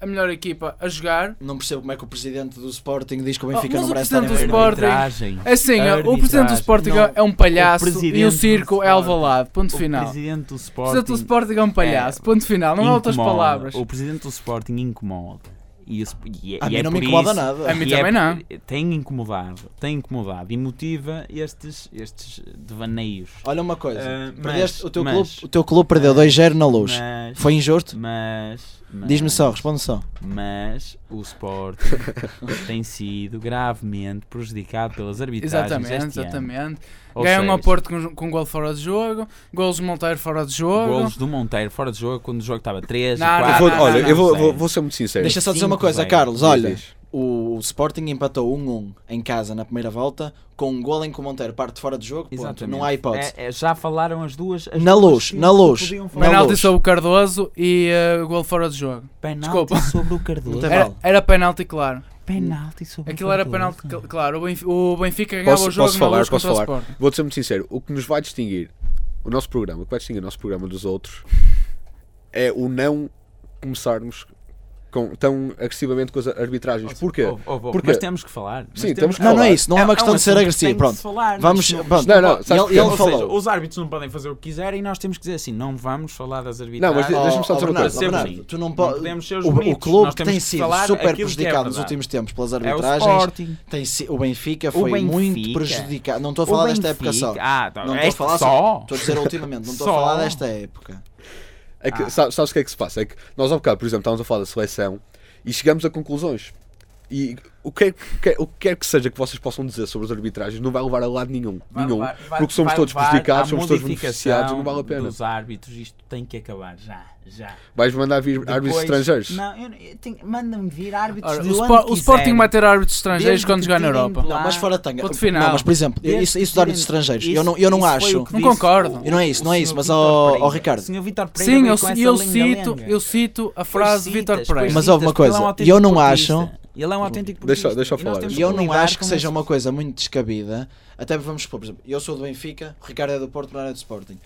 a melhor equipa a jogar. Não percebo como é que o presidente do Sporting diz que o Oh, Benfica mas não o merece estar em presidente do primeiro. Sporting- Arbitragem. É Assim, eh, o Arbitragem. presidente do Sporting Não, é um palhaço o e presidente o do circo é Sporting. alvalado, ponto O final. presidente do O presidente do Sporting Sporting é um palhaço, ponto final, não há outras incomoda. palavras. O presidente do Sporting incomoda. E, isso- e é- A e mim é não me por incomoda isso- A nada. mim e também é- não. Tem incomodado, tem incomodado e motiva estes, estes devaneios. Olha uma coisa, Ah, mas- perdeste- o, teu mas- clube, o teu clube perdeu 2-0 na luz. Mas, Foi injusto? mas, mas- Diz-me só, responde só. Mas o Sporting tem sido gravemente prejudicado pelas arbitragens. Exatamente, este ano. exatamente. Ou Ganham seja, ao Porto com, com gol fora de jogo, golos de Monteiro fora de jogo. Golos do Monteiro fora de jogo quando o jogo estava 3 Não, e não, Eu 4. vou- não, olha, não, eu vou, sei. vou- vou ser muito sincero. Deixa só dizer uma Cinco, coisa, velho. Carlos, Diz, olha. diz. O Sporting empatou 1-1 em casa na primeira volta, com um gol em que o Monteiro parte fora de jogo, um ponto. Exatamente. não há hipótese. É- é, já falaram as duas. As Na duas luz, que- na que luz. podiam falar. Penalti luz. sobre o Cardoso e eh, gol fora de jogo. Penalti Desculpa. sobre o Cardoso. Não tem Era, mal. era penalti, claro. Penalti sobre Aquilo o era Cardoso. penalti, cl- claro. O Benf- O Benfica ganhava Posso- o jogo posso na falar, luz posso contra o falar? Sporting. Vou-te ser muito sincero. O que nos vai distinguir, o nosso programa, o que vai distinguir o nosso programa dos outros, é o não começarmos com- tão agressivamente com as arbitragens. Porquê? Houve, houve, houve. Porque- Mas temos que falar. Mas Sim, temos que Não, não é falar. isso, não é uma questão um de ser assunto que agressivo. tem que se Pronto, falar, mas vamos. não- pronto. Não, não, sabes ele, ele Ou falou. seja, os árbitros não podem fazer o que quiserem e nós temos que dizer assim: não vamos falar das Não, mas arbitragens. de- deixa-me só dizer uma Ah, Bernardo, coisa. Bernardo, Sempre. tu não Não podes. podemos ser os O, o bonitos, clube nós temos tem que sido falar super aquilo que é prejudicado nos verdade. últimos tempos pelas É o arbitragens. Sporting. tem si- o Benfica O foi muito Benfica. prejudicar. Não estou a falar o desta época só. Benfica. Ah, tá. Não estou a Esta falar só. Estou a dizer ultimamente, não estou a Só. falar desta época. É Ah. que, sa- Sabes o que é que se passa? É que nós, há bocado, por exemplo, estávamos a falar da seleção e chegamos a conclusões. E o que, é, que- que- o que quer que seja que vocês possam dizer sobre as arbitragens não vai levar a lado nenhum. Vai nenhum. levar- vai- porque somos vai todos levar prejudicados, à somos todos modificação beneficiados, não vale a pena. Dos árbitros, isto tem que acabar já, já. Vais mandar vir árbitros Depois- estrangeiros. Não, eu, eu tenho- manda-me vir árbitros Ora, do ano o, Spo- que o Sporting quiserem. vai ter árbitros estrangeiros Desde quando que jogar na tirem Europa. de lá- Não, mas fora tanga. Ponto final. Ah. Não, mas por exemplo, eu- Desde isso, que isso dos árbitros tirem- estrangeiros, isso- eu não, eu não isso foi acho. o que Não disse concordo. o- Não é isso, não é isso, o mas senhor ó- Vítor ó, Pereira. Ricardo. O senhor Vítor Pereira Sim, veio eu, com ci- essa eu lenga-lenga. cito, eu cito a Pois frase citas, Vitor pois Pereira. Mas houve uma citas, porque ele é coisa, um autêntico eu não portista. acho- Ele é um autêntico Deixa- portista. deixa eu E nós falar. temos E eu que não lidar acho que com seja isso. uma coisa muito descabida. Até vamos supor, por exemplo, eu sou do Benfica, o Ricardo é do Porto, Bernardo é do Sporting.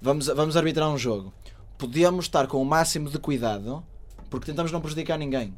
Vamos, vamos arbitrar um jogo. Podemos estar com o máximo de cuidado, porque tentamos não prejudicar ninguém.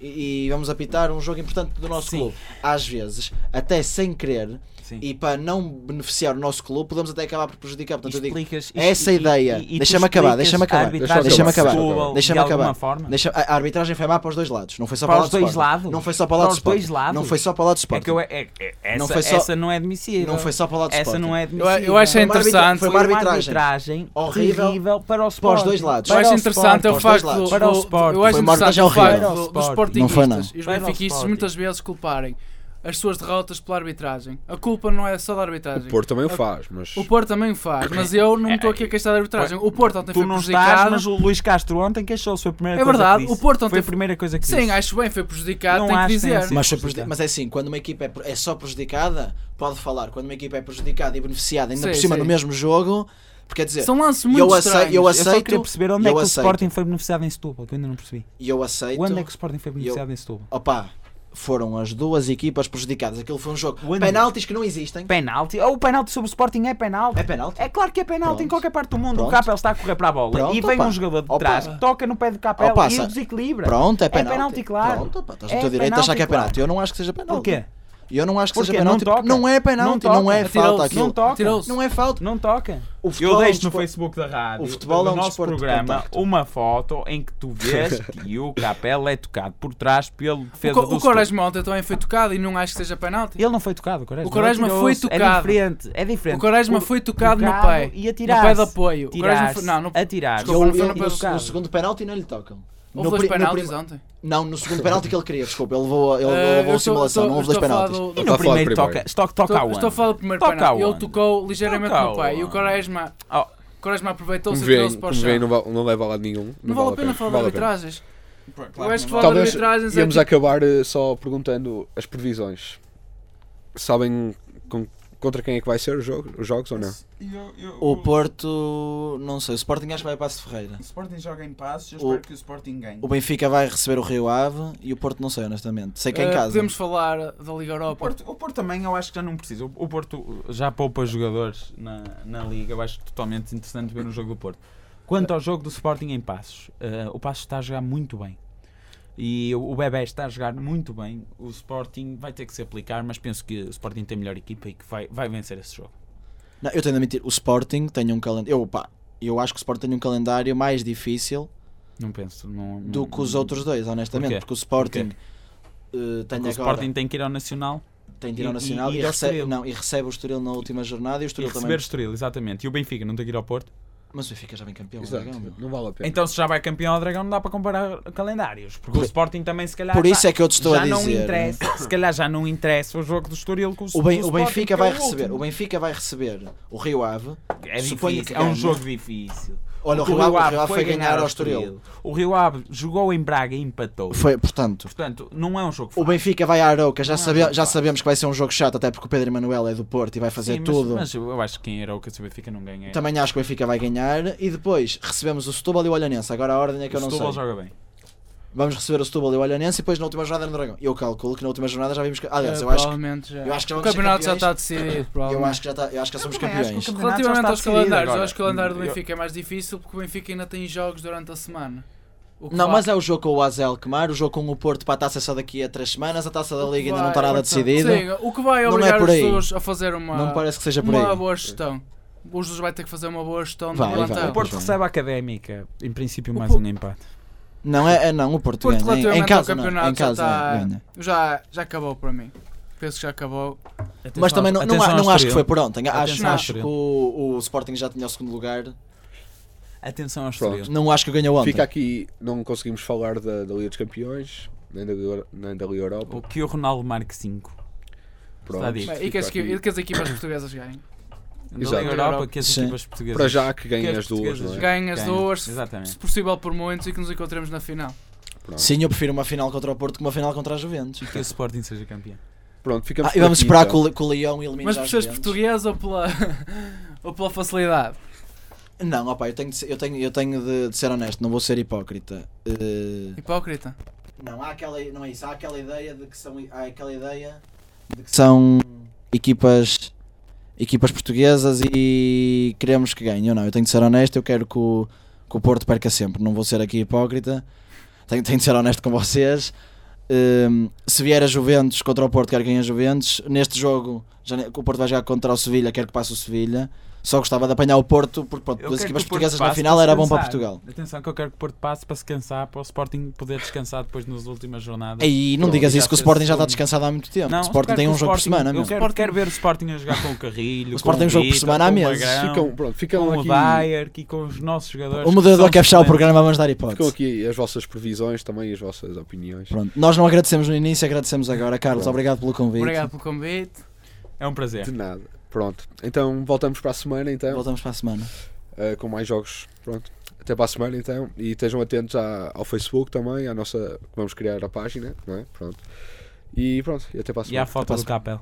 E, e vamos apitar um jogo importante do nosso Sim. clube. Às vezes, até sem querer, Sim. e para não beneficiar o nosso clube, podemos até acabar por prejudicar. Portanto, eu digo, Explicas- essa e- ideia. e- e tu Deixa-me acabar, explicas deixa-me acabar. a arbitragem Deixa-me de acabar. Setúbal Deixa-me de alguma acabar. forma? Deixa- a a arbitragem foi má para os dois lados, não foi só Para para, o os lado do dois Sporting. lados? Não foi só para o lado Para do os dois Sporting. lados? Não foi só para o lado do É Sporting. que eu, é, é- é- essa, Não não foi só- essa não é admissível. Não foi só para o lado do Essa Sporting. não é Eu, admissível. eu acho Foi uma interessante. arbitra- Foi uma arbitragem, horrível horrível, para o para os Sporting. dois lados. Eu Para acho o interessante é o Sporting. dois facto lados. do- Para o Sporting. eu acho Foi uma interessante arbitragem o facto horrível. do- Para dos o Sporting. Não foi, não. sportinguistas e os Para o benfiquistas Sporting. muitas vezes culparem as suas derrotas pela arbitragem. A culpa não é só da O arbitragem. Porto também o A- faz, mas. O Porto também o faz, mas eu não estou aqui a queixar da arbitragem. O Porto ontem Tu foi não estás, prejudicado. mas o Luís Castro ontem queixou-se. Foi a primeira É coisa verdade, que disse. o Porto ontem Foi a foi- primeira coisa que Sim, disse. acho bem, foi prejudicado, Não tenho que acho que tenha dizer. sido. Mas, foi prejudicada. prejudic- mas é assim, quando uma equipa é, pre- é só prejudicada, pode falar. Quando uma equipa é prejudicada e beneficiada, ainda Sim, por cima sim. no mesmo jogo, porque quer dizer, São lances muito eu aceito, estranhos. eu Eu só queria aceito, perceber onde é eu que o aceito. Então, Sporting foi beneficiado em Setúbal, que eu ainda não percebi. e eu aceito. Onde é que o Sporting foi beneficiado em Setúbal? Opa, foram as duas equipas prejudicadas. Aquilo foi um jogo. Quando- Penaltis que não existem. Penalti? Ou o penalti sobre o Sporting é penalti? É penalti? É claro que é penalti em Pronto. qualquer parte do mundo. Pronto. O Capel está a correr para a bola Pronto, e vem opa. um jogador de Opa. trás, toca no pé do Capel Opa, e sa- o desequilibra. Pronto, é É penalti. penalti, claro. Pronto, opa, estás no É teu direito a achar que é penalti, claro. penalti. Eu não acho que seja penalti. Porquê? Eu não acho que Porquê? seja Não penalti. porque toca. Não é penalti, Não não é toca. falta Atirou-se. aquilo. Não toca. Atirou-se. Não é falta. Não toca. O Eu futebol é um deixo no desporto- Facebook da rádio, O futebol é um do nosso desporto de programa, contacto. uma foto em que tu vês que o Capel é tocado por trás pelo O, defesa Co- do o Quaresma ontem também foi tocado e não acho que seja penalti. Sporting. Ele não foi tocado, o Quaresma. O Quaresma Ele foi atirou-se. tocado. É diferente, é diferente. O Quaresma foi tocado no tocado e pé. No pé de atirar-se. apoio. O Quaresma foi, Tirar-se, não, no, atirar-se. Desculpa, Eu- não foi no eu- no, pé do no carro. segundo penalti não lhe tocam. houve No dois pri- no penaltis prim- ontem. Não, no segundo penalti que ele queria, desculpa, ele levou, ele Eh, levou eu a estou- simulação, estou- não houve dois estou a falar penaltis. do- E do- no a falar primeiro primeiro. toca, estoque toca Estou, aonde? estou a falar do primeiro Toca penalti. Ele aonde? tocou ligeiramente Toca no pai. E o aonde? Quaresma, Oh, o Quaresma aproveitou-se Como e tirou-se vem, para o como vem chão. não, va- não leva a lado nenhum. Não vale a pena falar de Vale a pena. arbitragens. Eu acho que falar de Talvez arbitragens é íamos tipo- acabar eh, só perguntando as previsões. Sabem com, Contra quem é que vai ser os jogos, os jogos ou não? Eu- eu- O Porto, não sei, o Sporting acho que vai para a Ferreira. O Sporting joga em passos, eu O- espero que o Sporting ganhe. O Benfica vai receber o Rio Ave e o Porto não sei, honestamente. Sei que é em Eh, casa. Podemos falar da Liga O Europa. Porto, o Porto também eu acho que já não precisa. O o Porto já poupa jogadores na, na Liga. Eu acho totalmente interessante ver um jogo do Porto. Quanto ao jogo do Sporting em Passos, eh, o Passos está a jogar muito bem. E o o Bebé está a jogar muito bem. O Sporting vai ter que se aplicar, mas penso que o Sporting tem melhor equipa e que vai, vai vencer esse jogo. Não, eu tenho a mentir, o Sporting tem um calendário. Eu, pá, eu acho que o Sporting tem um calendário mais difícil Não penso. Não, do não- que os outros dois, honestamente. Porquê? Porque o Sporting eh, tem Porque o agora. Sporting tem que ir ao Nacional tem Tirão e- Nacional e- e, e ao recebe, Estoril. não, e recebe o Estoril na última jornada e o e Estoril receber também. o Estoril, exatamente. E o Benfica não tem que ir ao Porto. Mas o Benfica já vem campeão, o Exato, Dragão, meu. não vale a pena. Então se já vai campeão ao Dragão não dá para comparar calendários. Porque Por- o Sporting também se calhar Por já- isso é que eu te estou já a dizer. não interessa, se calhar já não interessa o jogo do Estoril com o, O, Ben- com o Sporting, Benfica que é vai o receber, o último. Benfica vai receber o Rio Ave. É suponho difícil, que é um ganhe. jogo difícil. Olha, o Porque Rio Ave, o Rio Ave foi ganhar ao Estoril. O Rio Ave jogou em Braga e empatou. Foi, portanto, Portanto, não é um jogo o fácil. Benfica vai à Arouca, já, Não é sabe- muito já fácil. sabemos que vai ser um jogo chato, até porque o Pedro Emanuel é do Porto e vai fazer Sim, mas- tudo. Mas, eu acho que quem era o que o Benfica não ganha. Também acho que o Benfica vai ganhar. E depois recebemos o Setúbal e o Olhanense. Agora a ordem é que eu o não Setúbal sei. joga bem. Vamos receber o Setúbal e o Olhanense e depois na última jornada no Dragão. Eu calculo que na última jornada já vimos... que- Aliás, É, Eh, eu acho que... provavelmente já. eu acho que já o vamos ser campeonato já campeões. está decidido, Eu provavelmente. acho que já, tá, eu acho que já somos Eu também acho que o campeonato campeões. já Relativamente está aos decidido calendários, eu agora. acho que o calendário do Eu- Benfica é mais difícil porque o Benfica ainda tem jogos durante a semana. O que Não, vai- mas é o jogo com o Azel Quemar, o jogo com o Porto para a taça é só daqui a 3 semanas, a taça da o que Liga ainda vai- não está nada portanto, decidida. Sim, o que vai Não é obrigar por os aí. pessoas a fazer uma, Não me parece que seja por uma aí. boa gestão. O Jesus vai ter que fazer uma boa gestão Vai, do vai. plantel. O Porto Mas, é. recebe a Académica, em princípio mais Porto- um empate. Não, é, é não, o Porto, Porto, ganha. Em- Em relativamente ao casa, não. é? campeonato, Em casa, já está- ganha. Já, já acabou para mim. Penso que já acabou. Mas também não, não, Atenção ao não acho que foi Estoril. por ontem. Acho, Atenção ao acho que Estoril. o, o Sporting já tinha o segundo lugar. Atenção ao Pronto. Estoril. Não acho que ganhou ontem. Fica aqui, não conseguimos falar da, da Liga dos Campeões, nem da, Liga- nem da Liga Europa. O que o Ronaldo marque 5. Pronto, está dito. Bem, fica E que as, aqui. e que as equipas portuguesas ganhem. Na Exato. Liga Europa, que as Sim. equipas portuguesas Para já que que ganhem as as duas, portuguesas não é? Ganhem as ganham. duas, se- se Exatamente. possível por muitos, e que nos encontremos na final. Sim, eu prefiro uma final contra o Porto que uma final contra a Juventus. E que o Sporting seja campeão. Pronto, Ah, ficamos e vamos por aqui, esperar que então. o, Le- que o Leão elimine Mas já por a seres Juventus. português ou pela, ou pela facilidade? Não, opa, eu tenho de ser, eu tenho, eu tenho de, de ser honesto, não vou ser hipócrita. Eh, Hipócrita. não, há aquela, não é isso, há aquela ideia de que são há aquela ideia de que são equipas equipas portuguesas e queremos que ganhem. Eu não, eu tenho de ser honesto, eu quero que o, que o Porto perca sempre, não vou ser aqui hipócrita. Tenho, tenho de ser honesto com vocês. Ehm, se vier a Juventus contra o Porto, quero que ganhe a Juventus. Neste jogo, já, ne- que o Porto vai jogar contra o Sevilha, quero que passe o Sevilha. Só gostava de apanhar o Porto, porque pronto, Eu duas quero equipas que o Porto portuguesas na passe final era bom para descansar. Portugal. Atenção que eu quero que o Porto passe para se cansar, para o Sporting poder descansar depois nas últimas jornadas. Aí não Pronto, digas já isso que o fez Sporting já está segundo. descansado há muito tempo. o Não, Sporting eu tem um quero que o jogo por Sporting- semana, Eu mesmo. quero, quero ver o Sporting a jogar com o Carrilho, O Sporting com tem um o jogo por Vitor, semana há com o meses. Magrão, Ficam, pronto, ficam com o aqui. Bayer e com os nossos jogadores. O que moderador são quer fechar o suplentes. programa, vamos dar Ficam hipótese. aqui as vossas previsões também, as vossas opiniões. Pronto, nós não agradecemos no início, agradecemos agora. Carlos, obrigado pelo convite. Obrigado pelo convite. É um prazer. De nada. Pronto. Então voltamos para a semana então, Voltamos para a semana. eh, com mais jogos. Pronto. Até para a semana então. E estejam atentos à- ao Facebook também, à nossa. Vamos criar a página, não é? Pronto. E pronto, e até para a E semana. a foto do Capel.